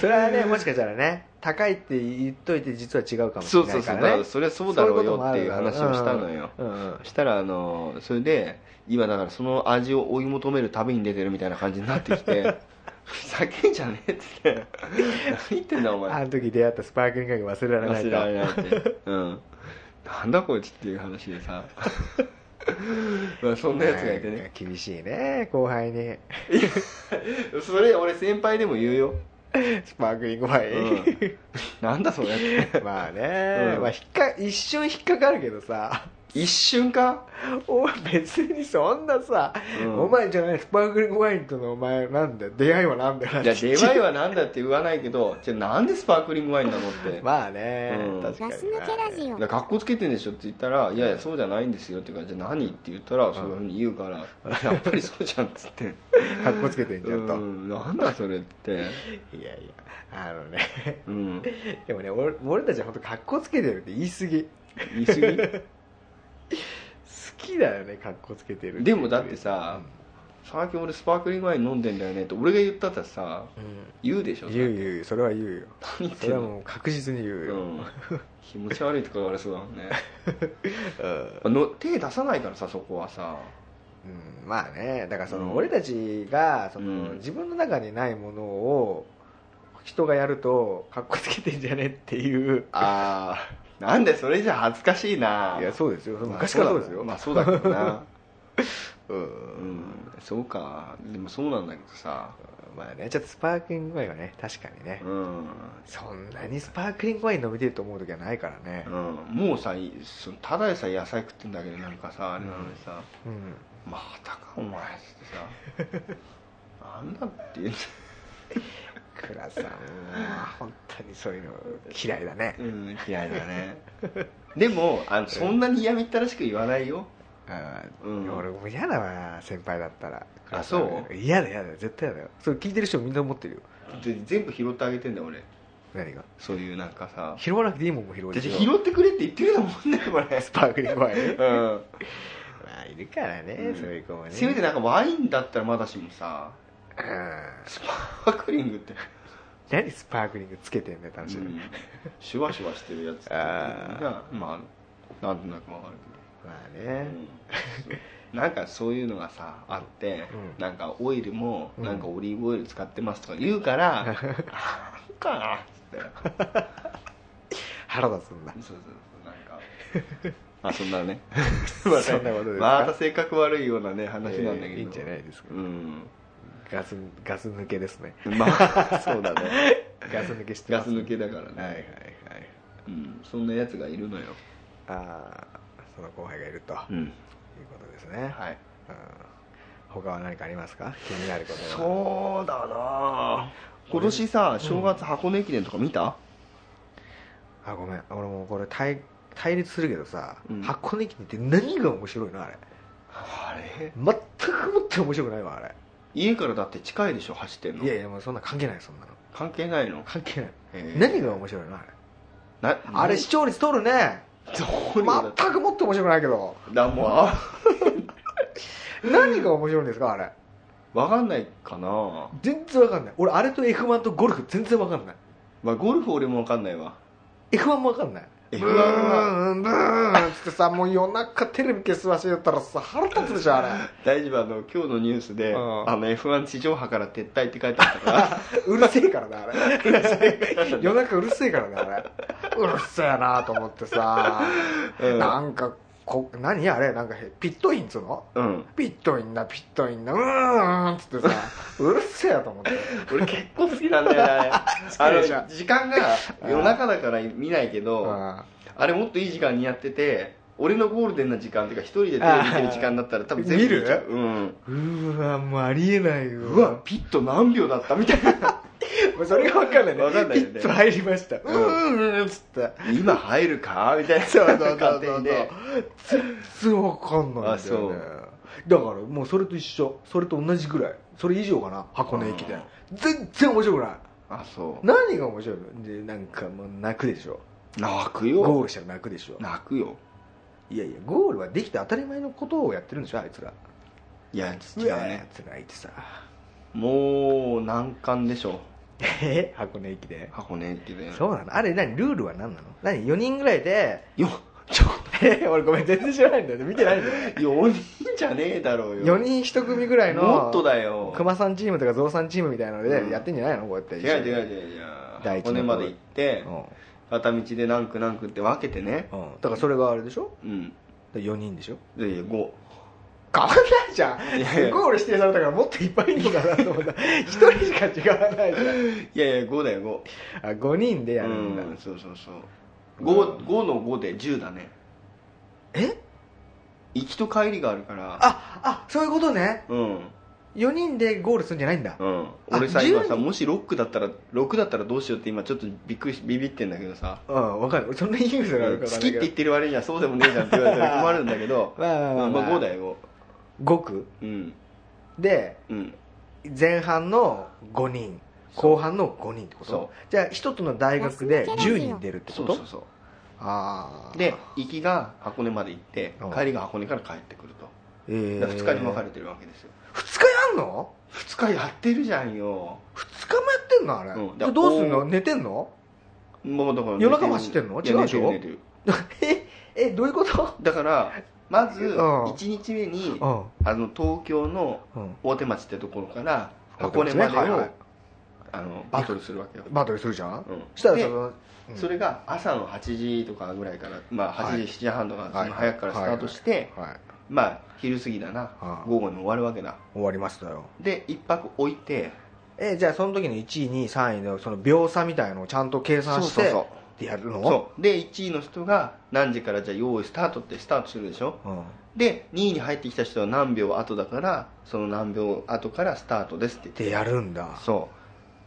Speaker 4: それはねもしかしたらね高いって言っといて実は違うかもし
Speaker 3: そ
Speaker 4: れ
Speaker 3: う
Speaker 4: な
Speaker 3: そうそ
Speaker 4: いか
Speaker 3: うだか
Speaker 4: らね
Speaker 3: らそれはそうだろうよっていう話をしたのよ
Speaker 4: うんうん
Speaker 3: したらあのそれで今だからその味を追い求める旅に出てるみたいな感じになってき てふざけんじゃねえっつって何言ってんだお前
Speaker 4: あの時出会ったスパークリングが忘れられない
Speaker 3: 忘れ
Speaker 4: と
Speaker 3: られないって、うん、なんだこいつっていう話でさ まあそんなやつがいてね
Speaker 4: 厳しいね後 輩に
Speaker 3: それ俺先輩でも言うよ、
Speaker 4: スパークリングワイ
Speaker 3: う
Speaker 4: ン、
Speaker 3: ん、なんだそのやつ
Speaker 4: まあね、
Speaker 3: うん
Speaker 4: まあ引っか一瞬引っかかるけどさ
Speaker 3: 一瞬か
Speaker 4: お前別にそんなさ、
Speaker 3: うん
Speaker 4: お前じゃないスパークリングワインとのお前なんだよ出会いはなんだよ
Speaker 3: いや出会いはなんだって言わないけどじゃあなんでスパークリングワインなのって
Speaker 4: まあね、
Speaker 3: うん
Speaker 4: 確かに
Speaker 5: ガス抜けラジオ
Speaker 3: いや格好つけてんでしょって言ったら「いやいやそうじゃないんですよ」って言うから「じゃあ何?」って言ったらそういうふうに言うから「やっぱりそうじゃん」っつって
Speaker 4: かっこつけてんじゃんと、
Speaker 3: うんなんだそれって
Speaker 4: いやいやあのね
Speaker 3: うん
Speaker 4: でもね俺俺たちは本当かっこつけてるって言い過ぎ好
Speaker 3: 言い過
Speaker 4: きだよねかっこつけてる
Speaker 3: ぎでもだってさ「最近俺スパークリングワイン飲んでんだよね」って俺が言ったったらさ
Speaker 4: うん
Speaker 3: 言うでしょ
Speaker 4: 言う言うそれは言うよ
Speaker 3: 何言っ
Speaker 4: そ
Speaker 3: て
Speaker 4: れ
Speaker 3: ん
Speaker 4: は
Speaker 3: の
Speaker 4: もう確実に言うよ、
Speaker 3: うん気持ち悪いとか言われそうだもんね
Speaker 4: うん
Speaker 3: の手出さないからさそこはさ
Speaker 4: うんまあねだからそ
Speaker 3: う
Speaker 4: の、
Speaker 3: ん
Speaker 4: 俺たちがその、
Speaker 3: うん
Speaker 4: 自分の中にないものを人がやるとかっこつけてんじゃねっていう
Speaker 3: ああなんでそれじゃ恥ずかしいない
Speaker 4: やそうですよ
Speaker 3: まあ
Speaker 4: 昔からそうですよ、
Speaker 3: まあそうだけど な
Speaker 4: うん
Speaker 3: うんそうかでもそうなんだけどさ
Speaker 4: まあねちょっとスパークリングワインはね確かにね、
Speaker 3: うん、
Speaker 4: そんなにスパークリングワイン飲みてると思う時はないからね
Speaker 3: うん、もうさそのただでさえ野菜食ってんだけどなんかさあれなのにさ、
Speaker 4: うん
Speaker 3: またかお前っつってさ なんだって言
Speaker 4: 倉さんは本当にそういうの嫌いだね、
Speaker 3: ううん嫌いだ ねでもあのそんなに嫌みったらしく言わないよ
Speaker 4: うん
Speaker 3: うん
Speaker 4: 俺も嫌だわ先輩だったら
Speaker 3: あそう
Speaker 4: 嫌だ嫌だ絶対嫌だよそれ聞いてる人みんな思ってるよ
Speaker 3: で全部拾ってあげてんだよ俺
Speaker 4: 何が
Speaker 3: そういうなんかさ
Speaker 4: 拾わなくていいもんも拾う
Speaker 3: だっ
Speaker 4: で
Speaker 3: て
Speaker 4: しょ
Speaker 3: 拾ってくれって言ってるんだもんねこれ
Speaker 4: スパークリングワイン
Speaker 3: うん
Speaker 4: まあいるからね、
Speaker 3: うん
Speaker 4: そういう子もね
Speaker 3: せめてなんかワインだったらまだしもさ
Speaker 4: うん
Speaker 3: スパー クリングって
Speaker 4: 何スパークリングつけてんだよ楽しみ、
Speaker 3: うんシュワシュワしてるやつって
Speaker 4: あ
Speaker 3: まあなんとなくわかる
Speaker 4: まあ
Speaker 3: け
Speaker 4: ね
Speaker 3: ど、そうなんかそういうのがさあって、
Speaker 4: うん
Speaker 3: なんかオイルも
Speaker 4: うん
Speaker 3: なんかオリーブオイル使ってますとか言うから、あそうかなっつって
Speaker 4: 腹立つんだ
Speaker 3: そうそうそうなんか あそんなね
Speaker 4: そんなことですか
Speaker 3: また性格悪いようなね話なんだけど、
Speaker 4: えーいいんじゃないですか
Speaker 3: うん
Speaker 4: ガスガス抜けですね
Speaker 3: ま あそうだね
Speaker 4: ガス抜けしてま
Speaker 3: ガ
Speaker 4: す
Speaker 3: ス抜けだからね、
Speaker 4: はいはいはい
Speaker 3: うん、そんなやつがいるのよ、
Speaker 4: ああその後輩がいると、いうことですね、
Speaker 3: はい
Speaker 4: うん他は何かありますか気になることは
Speaker 3: そうだな今年さ正月箱根駅伝とか見た、
Speaker 4: あごめん俺もうこれ対対立するけどさ、
Speaker 3: うん
Speaker 4: 箱根駅伝って何が面白いのあれ
Speaker 3: あれ
Speaker 4: 全くもって面白くないわあれ
Speaker 3: 家からだって近いでしょ走ってんの
Speaker 4: いやいやもうそんな関係ないそんなの
Speaker 3: 関係ないの
Speaker 4: 関係ない
Speaker 3: へえ
Speaker 4: 何が面白いのあれ
Speaker 3: な
Speaker 4: あれ視聴率取るね
Speaker 3: どうにもだって
Speaker 4: 全くもっと面白くないけど
Speaker 3: だもんあ
Speaker 4: 何が面白いんですかあれ
Speaker 3: わかんないかな、
Speaker 4: 全然わかんない俺あれと F1 とゴルフ全然わかんない
Speaker 3: まあ、ゴルフ俺もわかんないわ
Speaker 4: F1 もわかんない
Speaker 3: F1
Speaker 4: ブーンブーンっつってさもう夜中テレビ消す忘れたらさ腹立つでしょあれ
Speaker 3: 大丈夫あの今日のニュースで、
Speaker 4: うん
Speaker 3: あの F1 地上波から撤退って書いてあったから
Speaker 4: うるせえからだあれ夜中うるせえからだあれうるせえなと思ってさ、
Speaker 3: うん
Speaker 4: なんかこ何あれなんかへピットインっつうの
Speaker 3: うん
Speaker 4: ピットインだピットインだうーんっつってさうるせえやと思って
Speaker 3: 俺結構好きなんだよね あ
Speaker 4: 好
Speaker 3: れ
Speaker 4: きでしょ
Speaker 3: あの時間が夜中だから見ないけど、
Speaker 4: うん
Speaker 3: あれもっといい時間にやってて俺のゴールデンな時間っていうか一人でテレビ見てる時間だったら多分全部
Speaker 4: 見る
Speaker 3: ちゃう、うん、
Speaker 4: うわもうありえないよ
Speaker 3: うわピット何秒だったみたいな
Speaker 4: もうそれが分かんないね
Speaker 3: わかんないよね
Speaker 4: ピッと入りましたう
Speaker 3: うん
Speaker 4: ーんっつって
Speaker 3: 今入るかみたいな
Speaker 4: そうそうそう
Speaker 3: 勝手
Speaker 4: そう
Speaker 3: にね
Speaker 4: 全然わかんないん
Speaker 3: あ
Speaker 4: だ
Speaker 3: そ
Speaker 4: よ
Speaker 3: う
Speaker 4: ねだからもうそれと一緒それと同じぐらいそれ以上かな箱根駅伝全然面白くない
Speaker 3: あそう
Speaker 4: 何が面白いのでなんかもう泣くでしょ
Speaker 3: 泣く
Speaker 4: ゴー
Speaker 3: よ
Speaker 4: ルしたら泣くでしょ
Speaker 3: 泣くよ
Speaker 4: いやいやゴールはできて当たり前のことをやってるんでしょあいつら
Speaker 3: いや違
Speaker 4: う
Speaker 3: う
Speaker 4: わ
Speaker 3: ね
Speaker 4: ーって泣いてさ
Speaker 3: もう難関でしょ
Speaker 4: え箱根駅で
Speaker 3: 箱根駅で
Speaker 4: そうなのあれ何ルールは何なの何4人ぐらいで
Speaker 3: よちょ
Speaker 4: え俺ごめん全然知らないんだよね見てないんだよ
Speaker 3: 4人じゃねえだろうよ
Speaker 4: 4人1組ぐらいの
Speaker 3: もっとだよ
Speaker 4: 熊さんチームとかゾウさんチームみたいなの
Speaker 3: うん
Speaker 4: でやってんじゃないのこうやって
Speaker 3: 違う
Speaker 4: 一緒に
Speaker 3: 違う違う違う
Speaker 4: 第一
Speaker 3: 箱根まで行って
Speaker 4: うん
Speaker 3: 片道で何区何区って分けてね
Speaker 4: うんだからそれがあれでしょ
Speaker 3: うん
Speaker 4: 4人でしょ
Speaker 3: で5
Speaker 4: 変わんないじゃん
Speaker 3: いやいや
Speaker 4: すごい俺指定されたからもっといっぱいいるのかなと 思った1人しか違わないじゃん
Speaker 3: いやいや5だよ
Speaker 4: あ5人で
Speaker 3: 5
Speaker 4: やるんだ、
Speaker 3: うんそうそうそう5五の5で10だね
Speaker 4: え
Speaker 3: 行きと帰りがあるから
Speaker 4: ああそういうことね
Speaker 3: うん
Speaker 4: 4人でゴールするんじゃないんだ、
Speaker 3: うん、俺さ今
Speaker 4: 10
Speaker 3: さもし6だったら6だったらどうしようって今ちょっとびっくりしビビってんだけどさ
Speaker 4: うん、わかる。そんな言い草があるか
Speaker 3: 好
Speaker 4: わかん
Speaker 3: きって
Speaker 4: ないけど
Speaker 3: 言ってる割にはそうでもねえじゃんって言われたら困るんだけど
Speaker 4: まあまあまあまあ
Speaker 3: 5だよ
Speaker 4: 5区
Speaker 3: 5うん
Speaker 4: で、
Speaker 3: うん
Speaker 4: 前半の5人、後半の5人ってこ
Speaker 3: そう
Speaker 4: とじゃあ、一つの大学で10人出るって
Speaker 3: そ
Speaker 4: こ
Speaker 3: うそ
Speaker 4: と
Speaker 3: うそ
Speaker 4: ああ。
Speaker 3: うで、行きが箱根まで行って
Speaker 4: うん
Speaker 3: 帰りが箱根から帰ってくると
Speaker 4: えー、
Speaker 3: 2日に分か。れてるわけですよ
Speaker 4: 2日やんの
Speaker 3: 2日やってるじゃんよ
Speaker 4: ?2 日もやってんのあれ。
Speaker 3: うん
Speaker 4: じゃあどうすんの寝てんの
Speaker 3: もうだから
Speaker 4: 夜中も走ってんの
Speaker 3: いや
Speaker 4: 違うでしょ
Speaker 3: 寝てる寝てる
Speaker 4: え、え、どういうこと
Speaker 3: だからまず
Speaker 4: うん
Speaker 3: 1日目に
Speaker 4: うん。
Speaker 3: あの東京の
Speaker 4: うん。
Speaker 3: 大手町ってところから箱根まで
Speaker 4: はいは
Speaker 3: を
Speaker 4: い
Speaker 3: あのバトルするわけよ、
Speaker 4: バトルするじゃん、
Speaker 3: うん
Speaker 4: したら
Speaker 3: で
Speaker 4: その、うん
Speaker 3: それが朝の8時とかぐらいから、まあ、8時、7時半とかその早くからスタートして、
Speaker 4: はい。
Speaker 3: まあ、昼過ぎだな、
Speaker 4: はい
Speaker 3: 午後に終わるわけだ
Speaker 4: 終わりましたよ。
Speaker 3: で一泊置いて
Speaker 4: えじゃあその時の1位2位3位のその秒差みたいのをちゃんと計算し
Speaker 3: そう
Speaker 4: て
Speaker 3: そう
Speaker 4: ってやるの
Speaker 3: そうで1位の人が何時からじゃあ用意スタートってスタートするでしょ
Speaker 4: うん、
Speaker 3: で2位に入ってきた人は何秒後だからその何秒後からスタートですって言って
Speaker 4: でやるんだ
Speaker 3: そ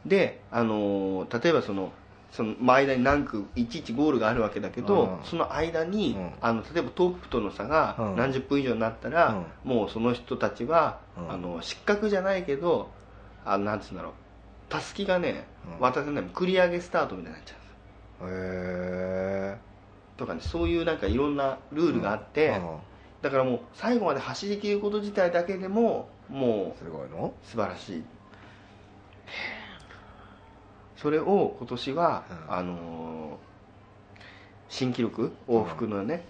Speaker 3: うで、あのー例えばそのその間に何区いちいちゴールがあるわけだけど、
Speaker 4: うん
Speaker 3: その間に、
Speaker 4: うん
Speaker 3: あの例えばトップとの差が
Speaker 4: うん
Speaker 3: 何十分以上になったら、もうその人たちは、
Speaker 4: うん
Speaker 3: あの失格じゃないけどあのなんつうんだろうたすきがね
Speaker 4: うん
Speaker 3: 渡せない繰り上げスタートみたいになっちゃう
Speaker 4: へえ
Speaker 3: とかねそういうなんかいろんなルールがあって、だからもう最後まで走りきること自体だけでももう
Speaker 4: すごいの
Speaker 3: 素晴らしいそれを今年は、
Speaker 4: うん
Speaker 3: あのー新記録往復のね、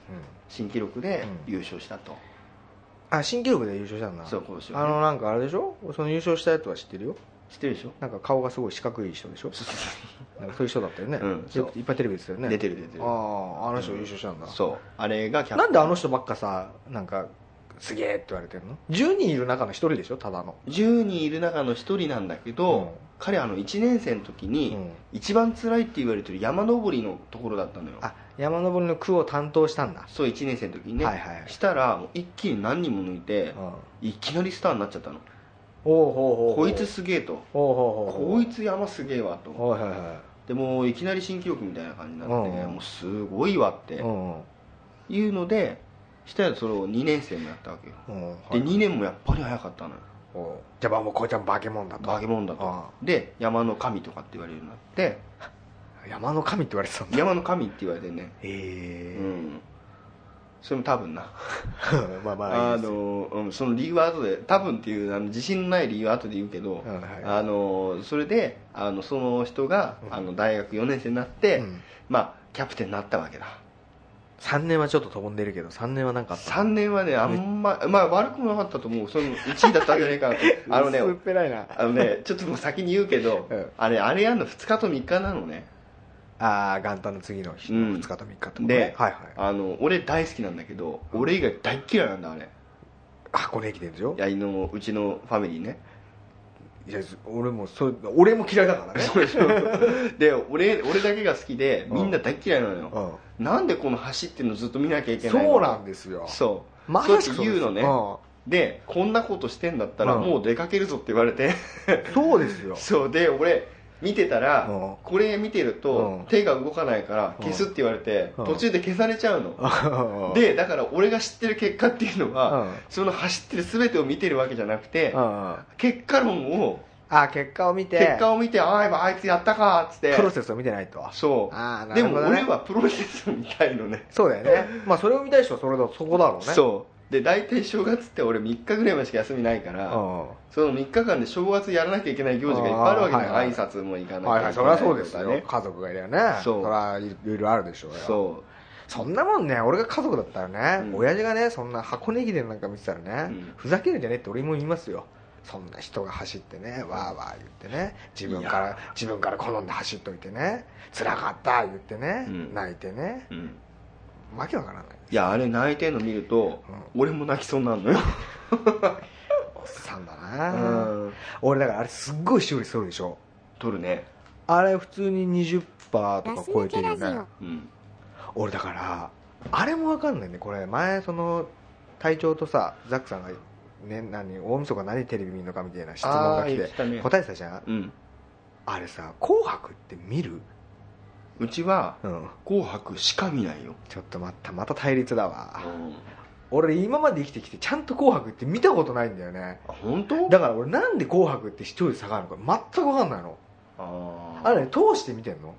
Speaker 3: 新記録で
Speaker 4: うん
Speaker 3: 優勝したと、
Speaker 4: あ新記録で優勝したんだ
Speaker 3: そう今年は
Speaker 4: あ
Speaker 3: ね、
Speaker 4: のなんかあれでしょその優勝したやつは知ってるよ
Speaker 3: 知ってるでしょ
Speaker 4: なんか顔がすごい四角い人でしょなんかそういう人だったよね、
Speaker 3: うん
Speaker 4: よくいっぱいテレビですよね
Speaker 3: 出てる出てる
Speaker 4: あああの人優勝したんだ、
Speaker 3: そうあれがキャプ
Speaker 4: なんであの人ばっかさなんかすげえって言われてるの10人いる中の1人でしょただの
Speaker 3: 10人いる中の1人なんだけど、
Speaker 4: うん
Speaker 3: 彼あの1年生の時に、
Speaker 4: うん
Speaker 3: 一番辛いって言われてる山登りのところだったのよ
Speaker 4: あ山登りの区を担当したんだ、
Speaker 3: そう1年生の時にね、
Speaker 4: はいはいはい
Speaker 3: したらもう一気に何人も抜いて、いきなりスターになっちゃったの
Speaker 4: おうほうほうほ
Speaker 3: こ
Speaker 4: う
Speaker 3: いつすげえと
Speaker 4: ほうほうほう
Speaker 3: こいつ山すげえわと
Speaker 4: はいはいは
Speaker 3: でもういきなり新記録みたいな感じになって、
Speaker 4: うん
Speaker 3: もうすごいわって
Speaker 4: いうんうん
Speaker 3: いうのでしたらそれを2年生もやったわけよ、
Speaker 4: うん
Speaker 3: で2年もやっぱり早かったのよ
Speaker 4: おうじゃあもうこいつは化け物だと
Speaker 3: 化け物だと
Speaker 4: あ
Speaker 3: で山の神とかって言われるようになって
Speaker 4: あ山の神って言われてたんだ
Speaker 3: 山の神って言われてねう
Speaker 4: へ
Speaker 3: んそれも多分な
Speaker 4: え、 まあまあ
Speaker 3: あ
Speaker 4: いいですよ
Speaker 3: の、うん、その理由は後で多分っていうあの自信のない理由は後で言うけど、
Speaker 4: うんはい
Speaker 3: あのそれであのその人が、
Speaker 4: うん
Speaker 3: あの大学4年生になって、
Speaker 4: うん
Speaker 3: まあキャプテンになったわけだ
Speaker 4: 3年はちょっと飛んでるけど3年はなんかあった
Speaker 3: 3年はねあんま、まあ悪くもなかったと思うその1位だったんじゃないかな とあのね
Speaker 4: 薄っぺらいな
Speaker 3: あのねちょっともう先に言うけど、
Speaker 4: うん
Speaker 3: あれあれやんの2日と3日なのね
Speaker 4: ああ元旦の次の日
Speaker 3: うん
Speaker 4: の2日と3日ってことね
Speaker 3: で、
Speaker 4: はいはい
Speaker 3: あの俺大好きなんだけど俺以外大っ嫌いなんだあれ
Speaker 4: 箱根駅伝でしょ
Speaker 3: いやあのうちのファミリーね
Speaker 4: いや俺もそう俺も嫌いだから ね
Speaker 3: そうでしょで俺俺だけが好きでみんな大っ嫌いなのよ、
Speaker 4: うん
Speaker 3: なんでこの走ってんのずっと見なきゃいけないの
Speaker 4: そうなんですよ
Speaker 3: そう
Speaker 4: まさしく
Speaker 3: そうやって言うのね
Speaker 4: う
Speaker 3: でこんなことしてんだったら
Speaker 4: うん
Speaker 3: もう出かけるぞって言われ て
Speaker 4: んそうですよ
Speaker 3: そうで俺見てたら、
Speaker 4: うん
Speaker 3: これ見てると、
Speaker 4: うん
Speaker 3: 手が動かないから消すって言われて、
Speaker 4: うん
Speaker 3: 途中で消されちゃうの、
Speaker 4: で
Speaker 3: でだから俺が知ってる結果っていうのは、
Speaker 4: うん
Speaker 3: その走ってる全てを見てるわけじゃなくて、
Speaker 4: あ
Speaker 3: 結果論を
Speaker 4: あ結果を見て
Speaker 3: 結果を見てああやっぱあいつやったかっつって
Speaker 4: プロセスを見てないと
Speaker 3: そう
Speaker 4: あーな
Speaker 3: で
Speaker 4: る
Speaker 3: も
Speaker 4: ほどね
Speaker 3: 俺はプロセスみたいのね
Speaker 4: そうだよねまあそれを見たい人はそれだそこだろうね
Speaker 3: そうで大体正月って俺3日ぐらいまでしか休みないから、
Speaker 4: あ
Speaker 3: その3日間で正月やらなきゃいけない行事がいっぱいあるわけだよ、
Speaker 4: あーはいはい
Speaker 3: 挨拶も行かなきゃいけない
Speaker 4: はいはいそりゃそうです
Speaker 3: と
Speaker 4: よ、
Speaker 3: かね
Speaker 4: 家族がいるよね
Speaker 3: そう
Speaker 4: そりゃいろいろあるでしょうよ
Speaker 3: そ
Speaker 4: そんなもんね俺が家族だったらね、
Speaker 3: うん
Speaker 4: 親父がねそんな箱根駅伝なんか見てたらね、
Speaker 3: うん
Speaker 4: ふざけるんじゃねえって俺も言いますよそんな人が走ってねわーわー言ってね自分か
Speaker 3: い
Speaker 4: ら自分から好んで走っといてね辛かった言ってね、
Speaker 3: うん
Speaker 4: 泣いてね
Speaker 3: う、うん
Speaker 4: わけわからない
Speaker 3: いやあれ泣いてんの見ると、
Speaker 4: う
Speaker 3: 俺も泣きそうになる のよ、
Speaker 4: おっさんだ
Speaker 3: う
Speaker 4: な、
Speaker 3: ん、
Speaker 4: 俺だからあれすっごい修理するでしょ
Speaker 3: 取るね
Speaker 4: あれ普通に20%とか超えてるよ
Speaker 5: ガス抜けラジ
Speaker 4: ね
Speaker 5: オ
Speaker 3: うん
Speaker 4: 俺だからあれもわかんないねこれ前その隊長とさザックさんがね何大晦日何テレビ見るのかみたいな質問が来
Speaker 3: あー言ってたね
Speaker 4: て答えてたじゃん
Speaker 3: うん
Speaker 4: あれさ「紅白」って見る
Speaker 3: うちは
Speaker 4: うん
Speaker 3: 「紅白」しか見ないよ、
Speaker 4: ちょっと待ったまた対立だわ
Speaker 3: うん、
Speaker 4: 俺今まで生きてきてちゃんと「紅白」って見たことないんだよね
Speaker 3: あ本当
Speaker 4: だから俺なんで「紅白」って視聴率下がるのか全くわかんないの
Speaker 3: あー
Speaker 4: あれ通して見てんの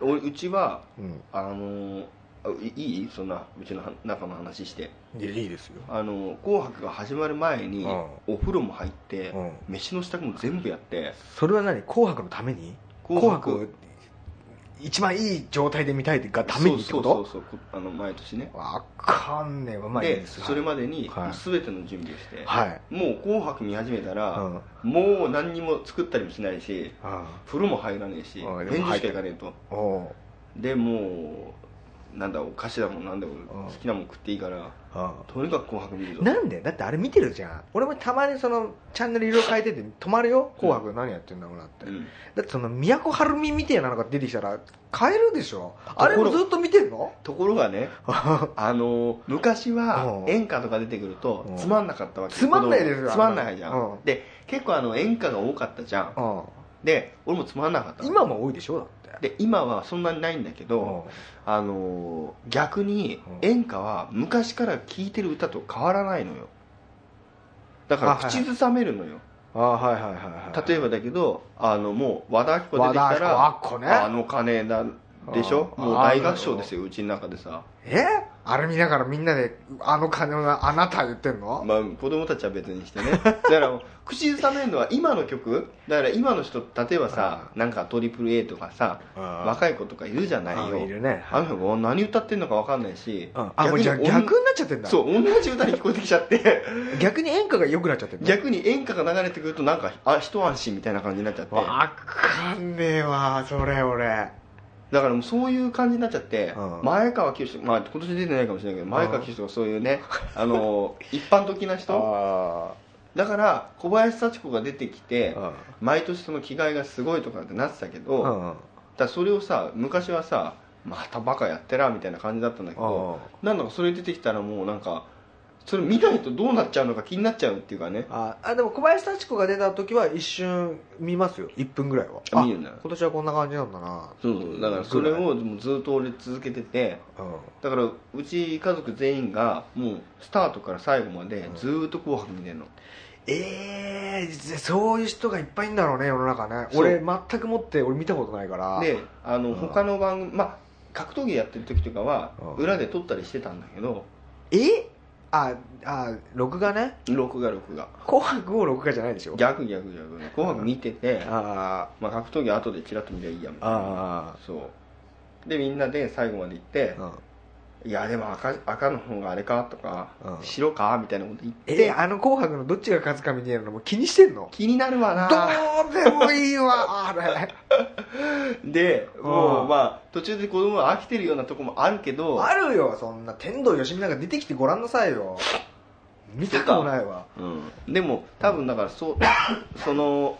Speaker 3: 俺うちは
Speaker 4: うん
Speaker 3: あのーあいいいそんなうちのは中の話して
Speaker 4: いやいいですよ
Speaker 3: あのー紅白が始まる前に、
Speaker 4: うん
Speaker 3: お風呂も入って、
Speaker 4: うん
Speaker 3: 飯の支度も全部やって
Speaker 4: それは何「紅白」のために「紅白」を一番いい状態で見たいがためにってこと
Speaker 3: そうそうそうそうあの毎年ね、
Speaker 4: わかんねえわまあいい
Speaker 3: で
Speaker 4: です
Speaker 3: それまでに
Speaker 4: はい
Speaker 3: 全ての準備をして、
Speaker 4: はい
Speaker 3: もう「紅白」見始めた
Speaker 4: う
Speaker 3: ら、
Speaker 4: ん
Speaker 3: もう何にも作ったりもしないし風呂も入らねえし
Speaker 4: あ
Speaker 3: 返
Speaker 4: ーでも
Speaker 3: 事し
Speaker 4: 入
Speaker 3: か
Speaker 4: って
Speaker 3: いかねえと
Speaker 4: うんおう
Speaker 3: でもうなんだお菓子だもんなんだもん
Speaker 4: うん
Speaker 3: 好きなもん食っていいから
Speaker 4: う
Speaker 3: とにかく「紅白」見るぞ
Speaker 4: んなんでだってあれ見てるじゃん俺もたまにそのチャンネル色々変えてて止まるよ「紅白」何やってんだろうなって、
Speaker 3: うん
Speaker 4: だってその都はるみみてえなのが出てきたら変えるでしょあれもずっと見てんの
Speaker 3: ところが ねあの昔は
Speaker 4: うん
Speaker 3: 演歌とか出てくると
Speaker 4: うん
Speaker 3: つまんなかったわけ
Speaker 4: つまんないですよ
Speaker 3: つまんないじゃ
Speaker 4: あんなの
Speaker 3: ん
Speaker 4: うん
Speaker 3: で結構あの演歌が多かったじゃん
Speaker 4: う
Speaker 3: で俺もつまんなかった
Speaker 4: ん今も多いでしょだって
Speaker 3: で今はそんなにないんだけどあの逆に演歌は昔から聴いてる歌と変わらないのよだから
Speaker 4: あはいはい
Speaker 3: 口ずさめるのよ
Speaker 4: あはいはいはいはい
Speaker 3: 例えばだけどあのもう和田アキ子出てき
Speaker 4: 和
Speaker 3: た
Speaker 4: 田ア
Speaker 3: ら
Speaker 4: キ子ね
Speaker 3: あの鐘だでしょ
Speaker 4: あ
Speaker 3: もう大合唱ですようちの中でさ
Speaker 4: えあれ見ながらみんなで「あの金のあなた」言ってんの、
Speaker 3: まあ、子供たちは別にしてね だから口ずさめるのは今の曲だから今の人例えばさなんか AAA とかさ
Speaker 4: うん
Speaker 3: 若い子とかいるじゃないよ
Speaker 4: あいるね
Speaker 3: あの人が何歌ってんのか分かんないし、
Speaker 4: うんあもうじゃあ
Speaker 3: おん
Speaker 4: 逆になっちゃってんだ
Speaker 3: そう同じ歌に聞こえてきちゃって
Speaker 4: 逆に演歌が良くなっちゃってるの
Speaker 3: 逆に演歌が流れてくるとなんかあ一安心みたいな感じになっちゃって
Speaker 4: わかんねえわそれ俺
Speaker 3: だからもうそういう感じになっちゃって、
Speaker 4: うん
Speaker 3: 前川清志まあ今年出てないかもしれないけど前川清志とかそういうね、あの 一般的な人
Speaker 4: あ
Speaker 3: だから小林幸子が出てきて、
Speaker 4: うん
Speaker 3: 毎年その着替えがすごいとかってなってたけど、
Speaker 4: う
Speaker 3: だか
Speaker 4: ん
Speaker 3: らそれをさ昔はさまたバカやってらみたいな感じだったんだけど、なんだかそれ出てきたらもうなんかそれ見ないとどうなっちゃうのか気になっちゃうっていうかね
Speaker 4: ああでも小林幸子が出た時は一瞬見ますよ1分ぐらいは
Speaker 3: あ
Speaker 4: あ
Speaker 3: 見るんだ
Speaker 4: 今年はこんな感じなんだな
Speaker 3: そうそうだからそれをもうずっと俺続けてて
Speaker 4: うん
Speaker 3: だからうち家族全員がもうスタートから最後までずーっと「紅白」見てんの、
Speaker 4: ええそういう人がいっぱいいんだろうね世の中ね
Speaker 3: そう
Speaker 4: 俺全くもって俺見たことないから
Speaker 3: であの
Speaker 4: うん
Speaker 3: 他の番組まあ格闘技やってる時とかは
Speaker 4: うん
Speaker 3: 裏で撮ったりしてたんだけど
Speaker 4: えああ録画ね
Speaker 3: 録画録画
Speaker 4: 「紅白」を録画じゃないでしょ
Speaker 3: 逆逆逆紅白見てて、
Speaker 4: あ
Speaker 3: まあ、格闘技は後でチラッと見りゃいいやみ
Speaker 4: ー
Speaker 3: たいな
Speaker 4: あ
Speaker 3: そうでみんなで最後まで行って
Speaker 4: ー、うん
Speaker 3: いやでも赤赤の方があれかとか、
Speaker 4: うん
Speaker 3: 白かみたいなこと言っ
Speaker 4: え
Speaker 3: て
Speaker 4: あの「紅白」のどっちが勝つかみたいなのも気にしてんの
Speaker 3: 気になるわな
Speaker 4: どうでもいいわ、あれ。
Speaker 3: で
Speaker 4: ん
Speaker 3: もうまあ途中で子供が飽きてるようなとこもあるけど
Speaker 4: あるよ、そんな。天童よしみなんか出てきてごらんなさいよ。見たくもないわ。
Speaker 3: うん、でも多分だからそその、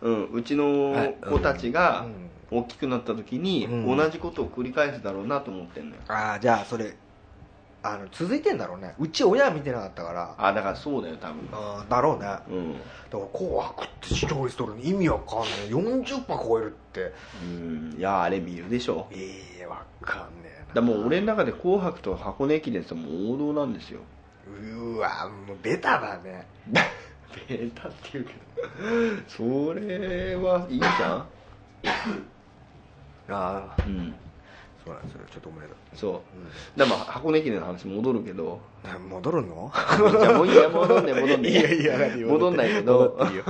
Speaker 3: うん、うちの子たちが大きくなった時に
Speaker 4: うん
Speaker 3: 同じことを繰り返すだろうなと思ってんのよ
Speaker 4: ああ、じゃあ、それ、あの、続いてんだろうね。うち親は見てなかったから。
Speaker 3: あだからそうだよ多分
Speaker 4: うん、だろうね。だか
Speaker 3: うん
Speaker 4: ら、紅白って視聴率取るの意味わかんない。40%超えるって。
Speaker 3: うんいやあれ見るでしょ
Speaker 4: ええわかんねえ
Speaker 3: だか
Speaker 4: な。
Speaker 3: らもう俺の中で「紅白」と箱根駅伝ってもう王道なんですよ
Speaker 4: うーわ、もうベタだね。
Speaker 3: ベタっていうけどそれはいいじゃん
Speaker 4: ああ、
Speaker 3: うん
Speaker 4: そうなんですよちょっとおめでと
Speaker 3: そうだからまあ箱根駅伝の話戻るけど
Speaker 4: う戻るの
Speaker 3: じゃあもういいや戻んね戻んね
Speaker 4: いやいや何
Speaker 3: 戻
Speaker 4: 戻って
Speaker 3: んないけど
Speaker 4: 戻っていいよ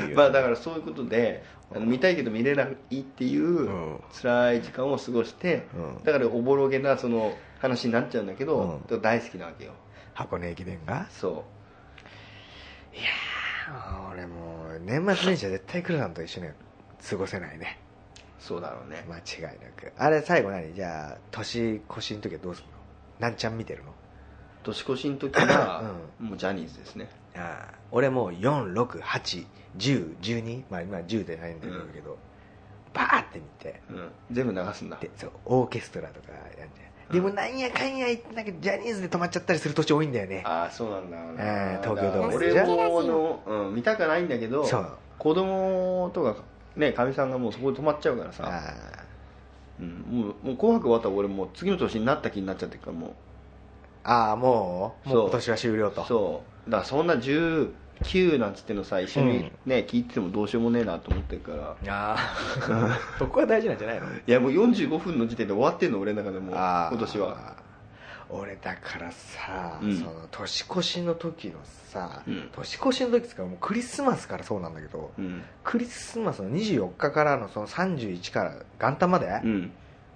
Speaker 4: いいよ
Speaker 3: まあだからそういうことであの見たいけど見れないって いう、
Speaker 4: うん
Speaker 3: 辛い時間を過ごして、
Speaker 4: うん
Speaker 3: だからおぼろげなその話になっちゃうんだけど、
Speaker 4: うん
Speaker 3: だから大好きなわけよ
Speaker 4: 箱根駅伝が
Speaker 3: そ
Speaker 4: あー俺もう年末年始は絶対クルさんと一緒に過ごせないね
Speaker 3: うそうだろうね
Speaker 4: 間違いなくあれ最後何じゃあ年越しの時はどうするのなんちゃん見てるの
Speaker 3: 年越しの時は、もうジャニーズですね
Speaker 4: ああ俺もう46811012まあ今10でないんだけど、バーって見て
Speaker 3: うん全部流すんだ
Speaker 4: でそうオーケストラとかやんじゃんでもなんやかんや言ってなんかジャニーズで止まっちゃったりする年多いんだよね
Speaker 3: ああそうなんだよね
Speaker 4: えー東京ドーム
Speaker 3: 俺もあの、うん、見たくないんだけど
Speaker 4: そう
Speaker 3: 子供とかねかみさんがもうそこで止まっちゃうから
Speaker 4: あ
Speaker 3: さ、
Speaker 4: あ
Speaker 3: うん、もうもう「紅白」終わったら俺もう次の年になった気になっちゃってるからも
Speaker 4: ああもう
Speaker 3: そう
Speaker 4: もう今年は終了
Speaker 3: う
Speaker 4: と
Speaker 3: そうだからそんな19なんつってのさ一緒にね、聞いててもどうしようもねえなと思ってるから
Speaker 4: ああ そこは大事なんじゃないの
Speaker 3: いやもう45分の時点で終わってんの俺の中でもう
Speaker 4: ああ
Speaker 3: 今年は
Speaker 4: 俺だからさ、
Speaker 3: うん
Speaker 4: その年越しの時のさ、
Speaker 3: うん
Speaker 4: 年越しの時っつうかもうクリスマスからそうなんだけど、
Speaker 3: うん
Speaker 4: クリスマスの24日からのその31から元旦まで、
Speaker 3: うん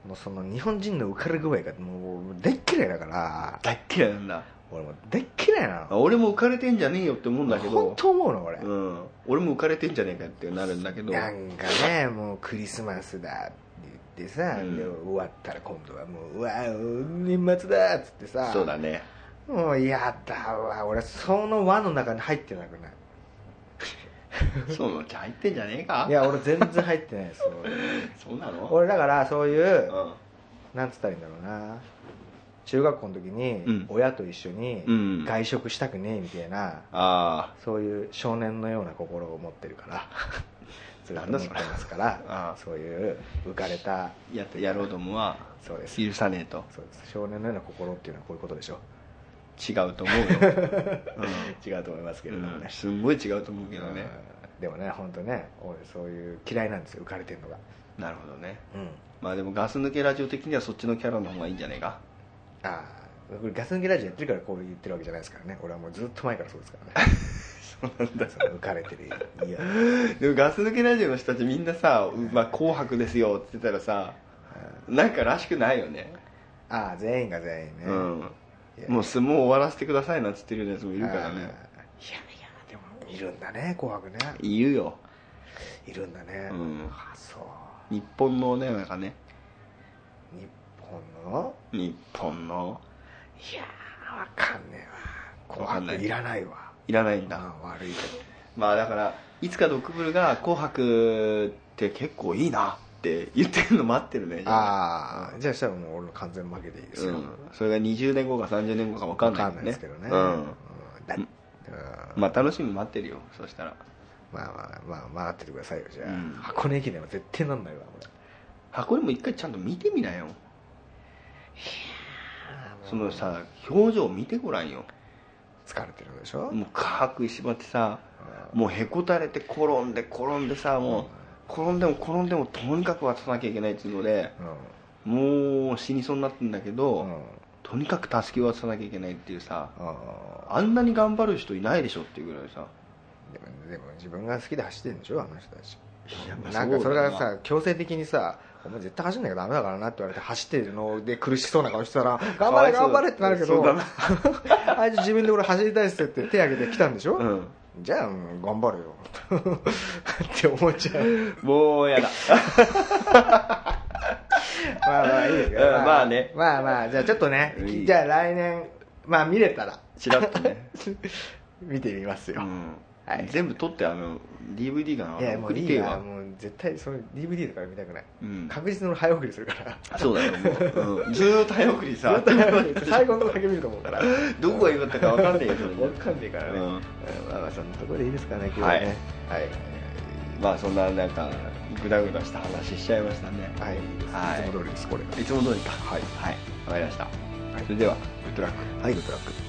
Speaker 4: もうその日本人の浮かれ具合がもう大っ嫌いだから
Speaker 3: 大っ嫌いなんだ
Speaker 4: 俺もう大っ嫌いな
Speaker 3: あ
Speaker 4: の
Speaker 3: 俺も浮かれてんじゃねえよって思うんだけど
Speaker 4: 本当思うの俺、
Speaker 3: うん、俺も浮かれてんじゃねえかってなるんだけど
Speaker 4: なんかねもうクリスマスだって言ってさ、
Speaker 3: うん
Speaker 4: で終わったら今度はもううわ年末だっつってさ
Speaker 3: そうだね
Speaker 4: もうやだわ俺その輪の中に入ってなくない
Speaker 3: そうなの入ってんじゃねえか
Speaker 4: いや俺全然入ってない です俺
Speaker 3: そうなの
Speaker 4: 俺だからそういう
Speaker 3: うん
Speaker 4: なんつったらいいんだろうな中学校の時
Speaker 3: う
Speaker 4: に
Speaker 3: ん
Speaker 4: 親と一緒に
Speaker 3: うん
Speaker 4: 外食したくねえみたいな、
Speaker 3: あ
Speaker 4: そういう少年のような心を持ってるから ずっと
Speaker 3: なんだ
Speaker 4: 持って
Speaker 3: それ
Speaker 4: ますか
Speaker 3: あ
Speaker 4: ら
Speaker 3: あ
Speaker 4: そういう浮かれた
Speaker 3: あややろうどもは
Speaker 4: そうです
Speaker 3: 許さねえと
Speaker 4: そうです少年のような心っていうのはこういうことでしょう、
Speaker 3: 違うと思 うよ、
Speaker 4: 違うと思いますけれども
Speaker 3: う
Speaker 4: ね
Speaker 3: ん、すんごい違うと思うけどね
Speaker 4: うんでもね本当ね俺そういう嫌いなんですよ浮かれてるのが
Speaker 3: なるほどね
Speaker 4: うん
Speaker 3: まあでもガス抜けラジオ的にはそっちのキャラの方がいいんじゃねえか
Speaker 4: ああこれガス抜けラジオやってるからこう言ってるわけじゃないですからね俺はもうずっと前からそうですか らねそうなんだ浮かれてるいや
Speaker 3: でもガス抜けラジオの人たちみんなさ「うまあ、紅白ですよ」って言ってたらさなんからしくないよね
Speaker 4: ああ全員が全員ね、
Speaker 3: うん
Speaker 4: いや
Speaker 3: もう相撲終わらせてくださいなんつってるようなやつもいるからね
Speaker 4: ああいやいやでもいるんだね紅白ね
Speaker 3: いるよ
Speaker 4: いるんだね、
Speaker 3: うん
Speaker 4: あそう
Speaker 3: 日本のねなんかね
Speaker 4: 日本の
Speaker 3: 日本の
Speaker 4: いやーわかんねえわ
Speaker 3: わかん
Speaker 4: 紅
Speaker 3: ない
Speaker 4: 白いらないわ
Speaker 3: いらないんだ、
Speaker 4: ああ悪いけど
Speaker 3: まあだからいつかドックブルが「紅白」って結構いいなって言ってるの待ってるね
Speaker 4: ああじゃあしたらもう俺の完全負けでいいです
Speaker 3: う
Speaker 4: よ、
Speaker 3: ん、それが20年後か30年後か分かんない
Speaker 4: わですけどね、
Speaker 3: う
Speaker 4: うん
Speaker 3: ん、
Speaker 4: だ
Speaker 3: うん
Speaker 4: うん
Speaker 3: まあ楽しみ待ってるよそしたら
Speaker 4: まあまあまあ待っててくださいよじゃあ、
Speaker 3: うん
Speaker 4: 箱根駅伝は絶対なんないわ俺
Speaker 3: 箱にも一回ちゃんと見てみなよそのさ表情見てごらんよ
Speaker 4: 疲れてるでしょ、
Speaker 3: もうかーくいしばってさもうへこたれて転んで転んでさもう転んでも転んでもとにかく渡さなきゃいけないっていうので
Speaker 4: う
Speaker 3: もう死にそうになってんだけど、
Speaker 4: んうん
Speaker 3: とにかく助けを渡さなきゃいけないっていうさ
Speaker 4: あ
Speaker 3: あんなに頑張る人いないでしょっていうぐらいさ
Speaker 4: ーでもでも自分が好きで走ってるんでしょあの人たち
Speaker 3: いやまあ
Speaker 4: なんかそれが
Speaker 3: そうだ
Speaker 4: さ強制的にさお前絶対走んなきゃダメだからなって言われて走ってるので苦しそうな顔してた ら頑張
Speaker 3: かわい
Speaker 4: れ
Speaker 3: そう
Speaker 4: 頑張れってなるけ
Speaker 3: そう
Speaker 4: ど
Speaker 3: だな
Speaker 4: あいつ自分で俺走りたいっすって手挙げてきたんでしょ、
Speaker 3: うん
Speaker 4: じゃあうん頑張れよ って思っちゃう
Speaker 3: もうやだ
Speaker 4: まあまあいいですけど
Speaker 3: うんまあね
Speaker 4: まあまあじゃあちょっとね
Speaker 3: いい
Speaker 4: じゃあ来年まあ見れたら
Speaker 3: ちらっとね、
Speaker 4: 見てみます
Speaker 3: う
Speaker 4: よ、
Speaker 3: ん
Speaker 4: はい
Speaker 3: 全部撮ってあの DVD がない
Speaker 4: やも
Speaker 3: 送
Speaker 4: う
Speaker 3: り
Speaker 4: い
Speaker 3: て
Speaker 4: い
Speaker 3: え
Speaker 4: や
Speaker 3: わ
Speaker 4: もう絶対その DVD とか見たくない、
Speaker 3: うん
Speaker 4: 確実に俺早送りするから
Speaker 3: そうだよもう、うん、ずーっと早送りさ
Speaker 4: 絶対早送り最後のだけ見ると思うから
Speaker 3: どこが良かったか分かんないよそれ
Speaker 4: 分かんねえからね、
Speaker 3: うん
Speaker 4: まあまあそんなところでいいですかね今日はねはい
Speaker 3: まあそんななんかグダグダした話しちゃいましたね
Speaker 4: はい、
Speaker 3: はい
Speaker 4: いつも通りですこれが
Speaker 3: いつも通りかはいはいわかりました、それではグッドラック
Speaker 4: はいグッドラック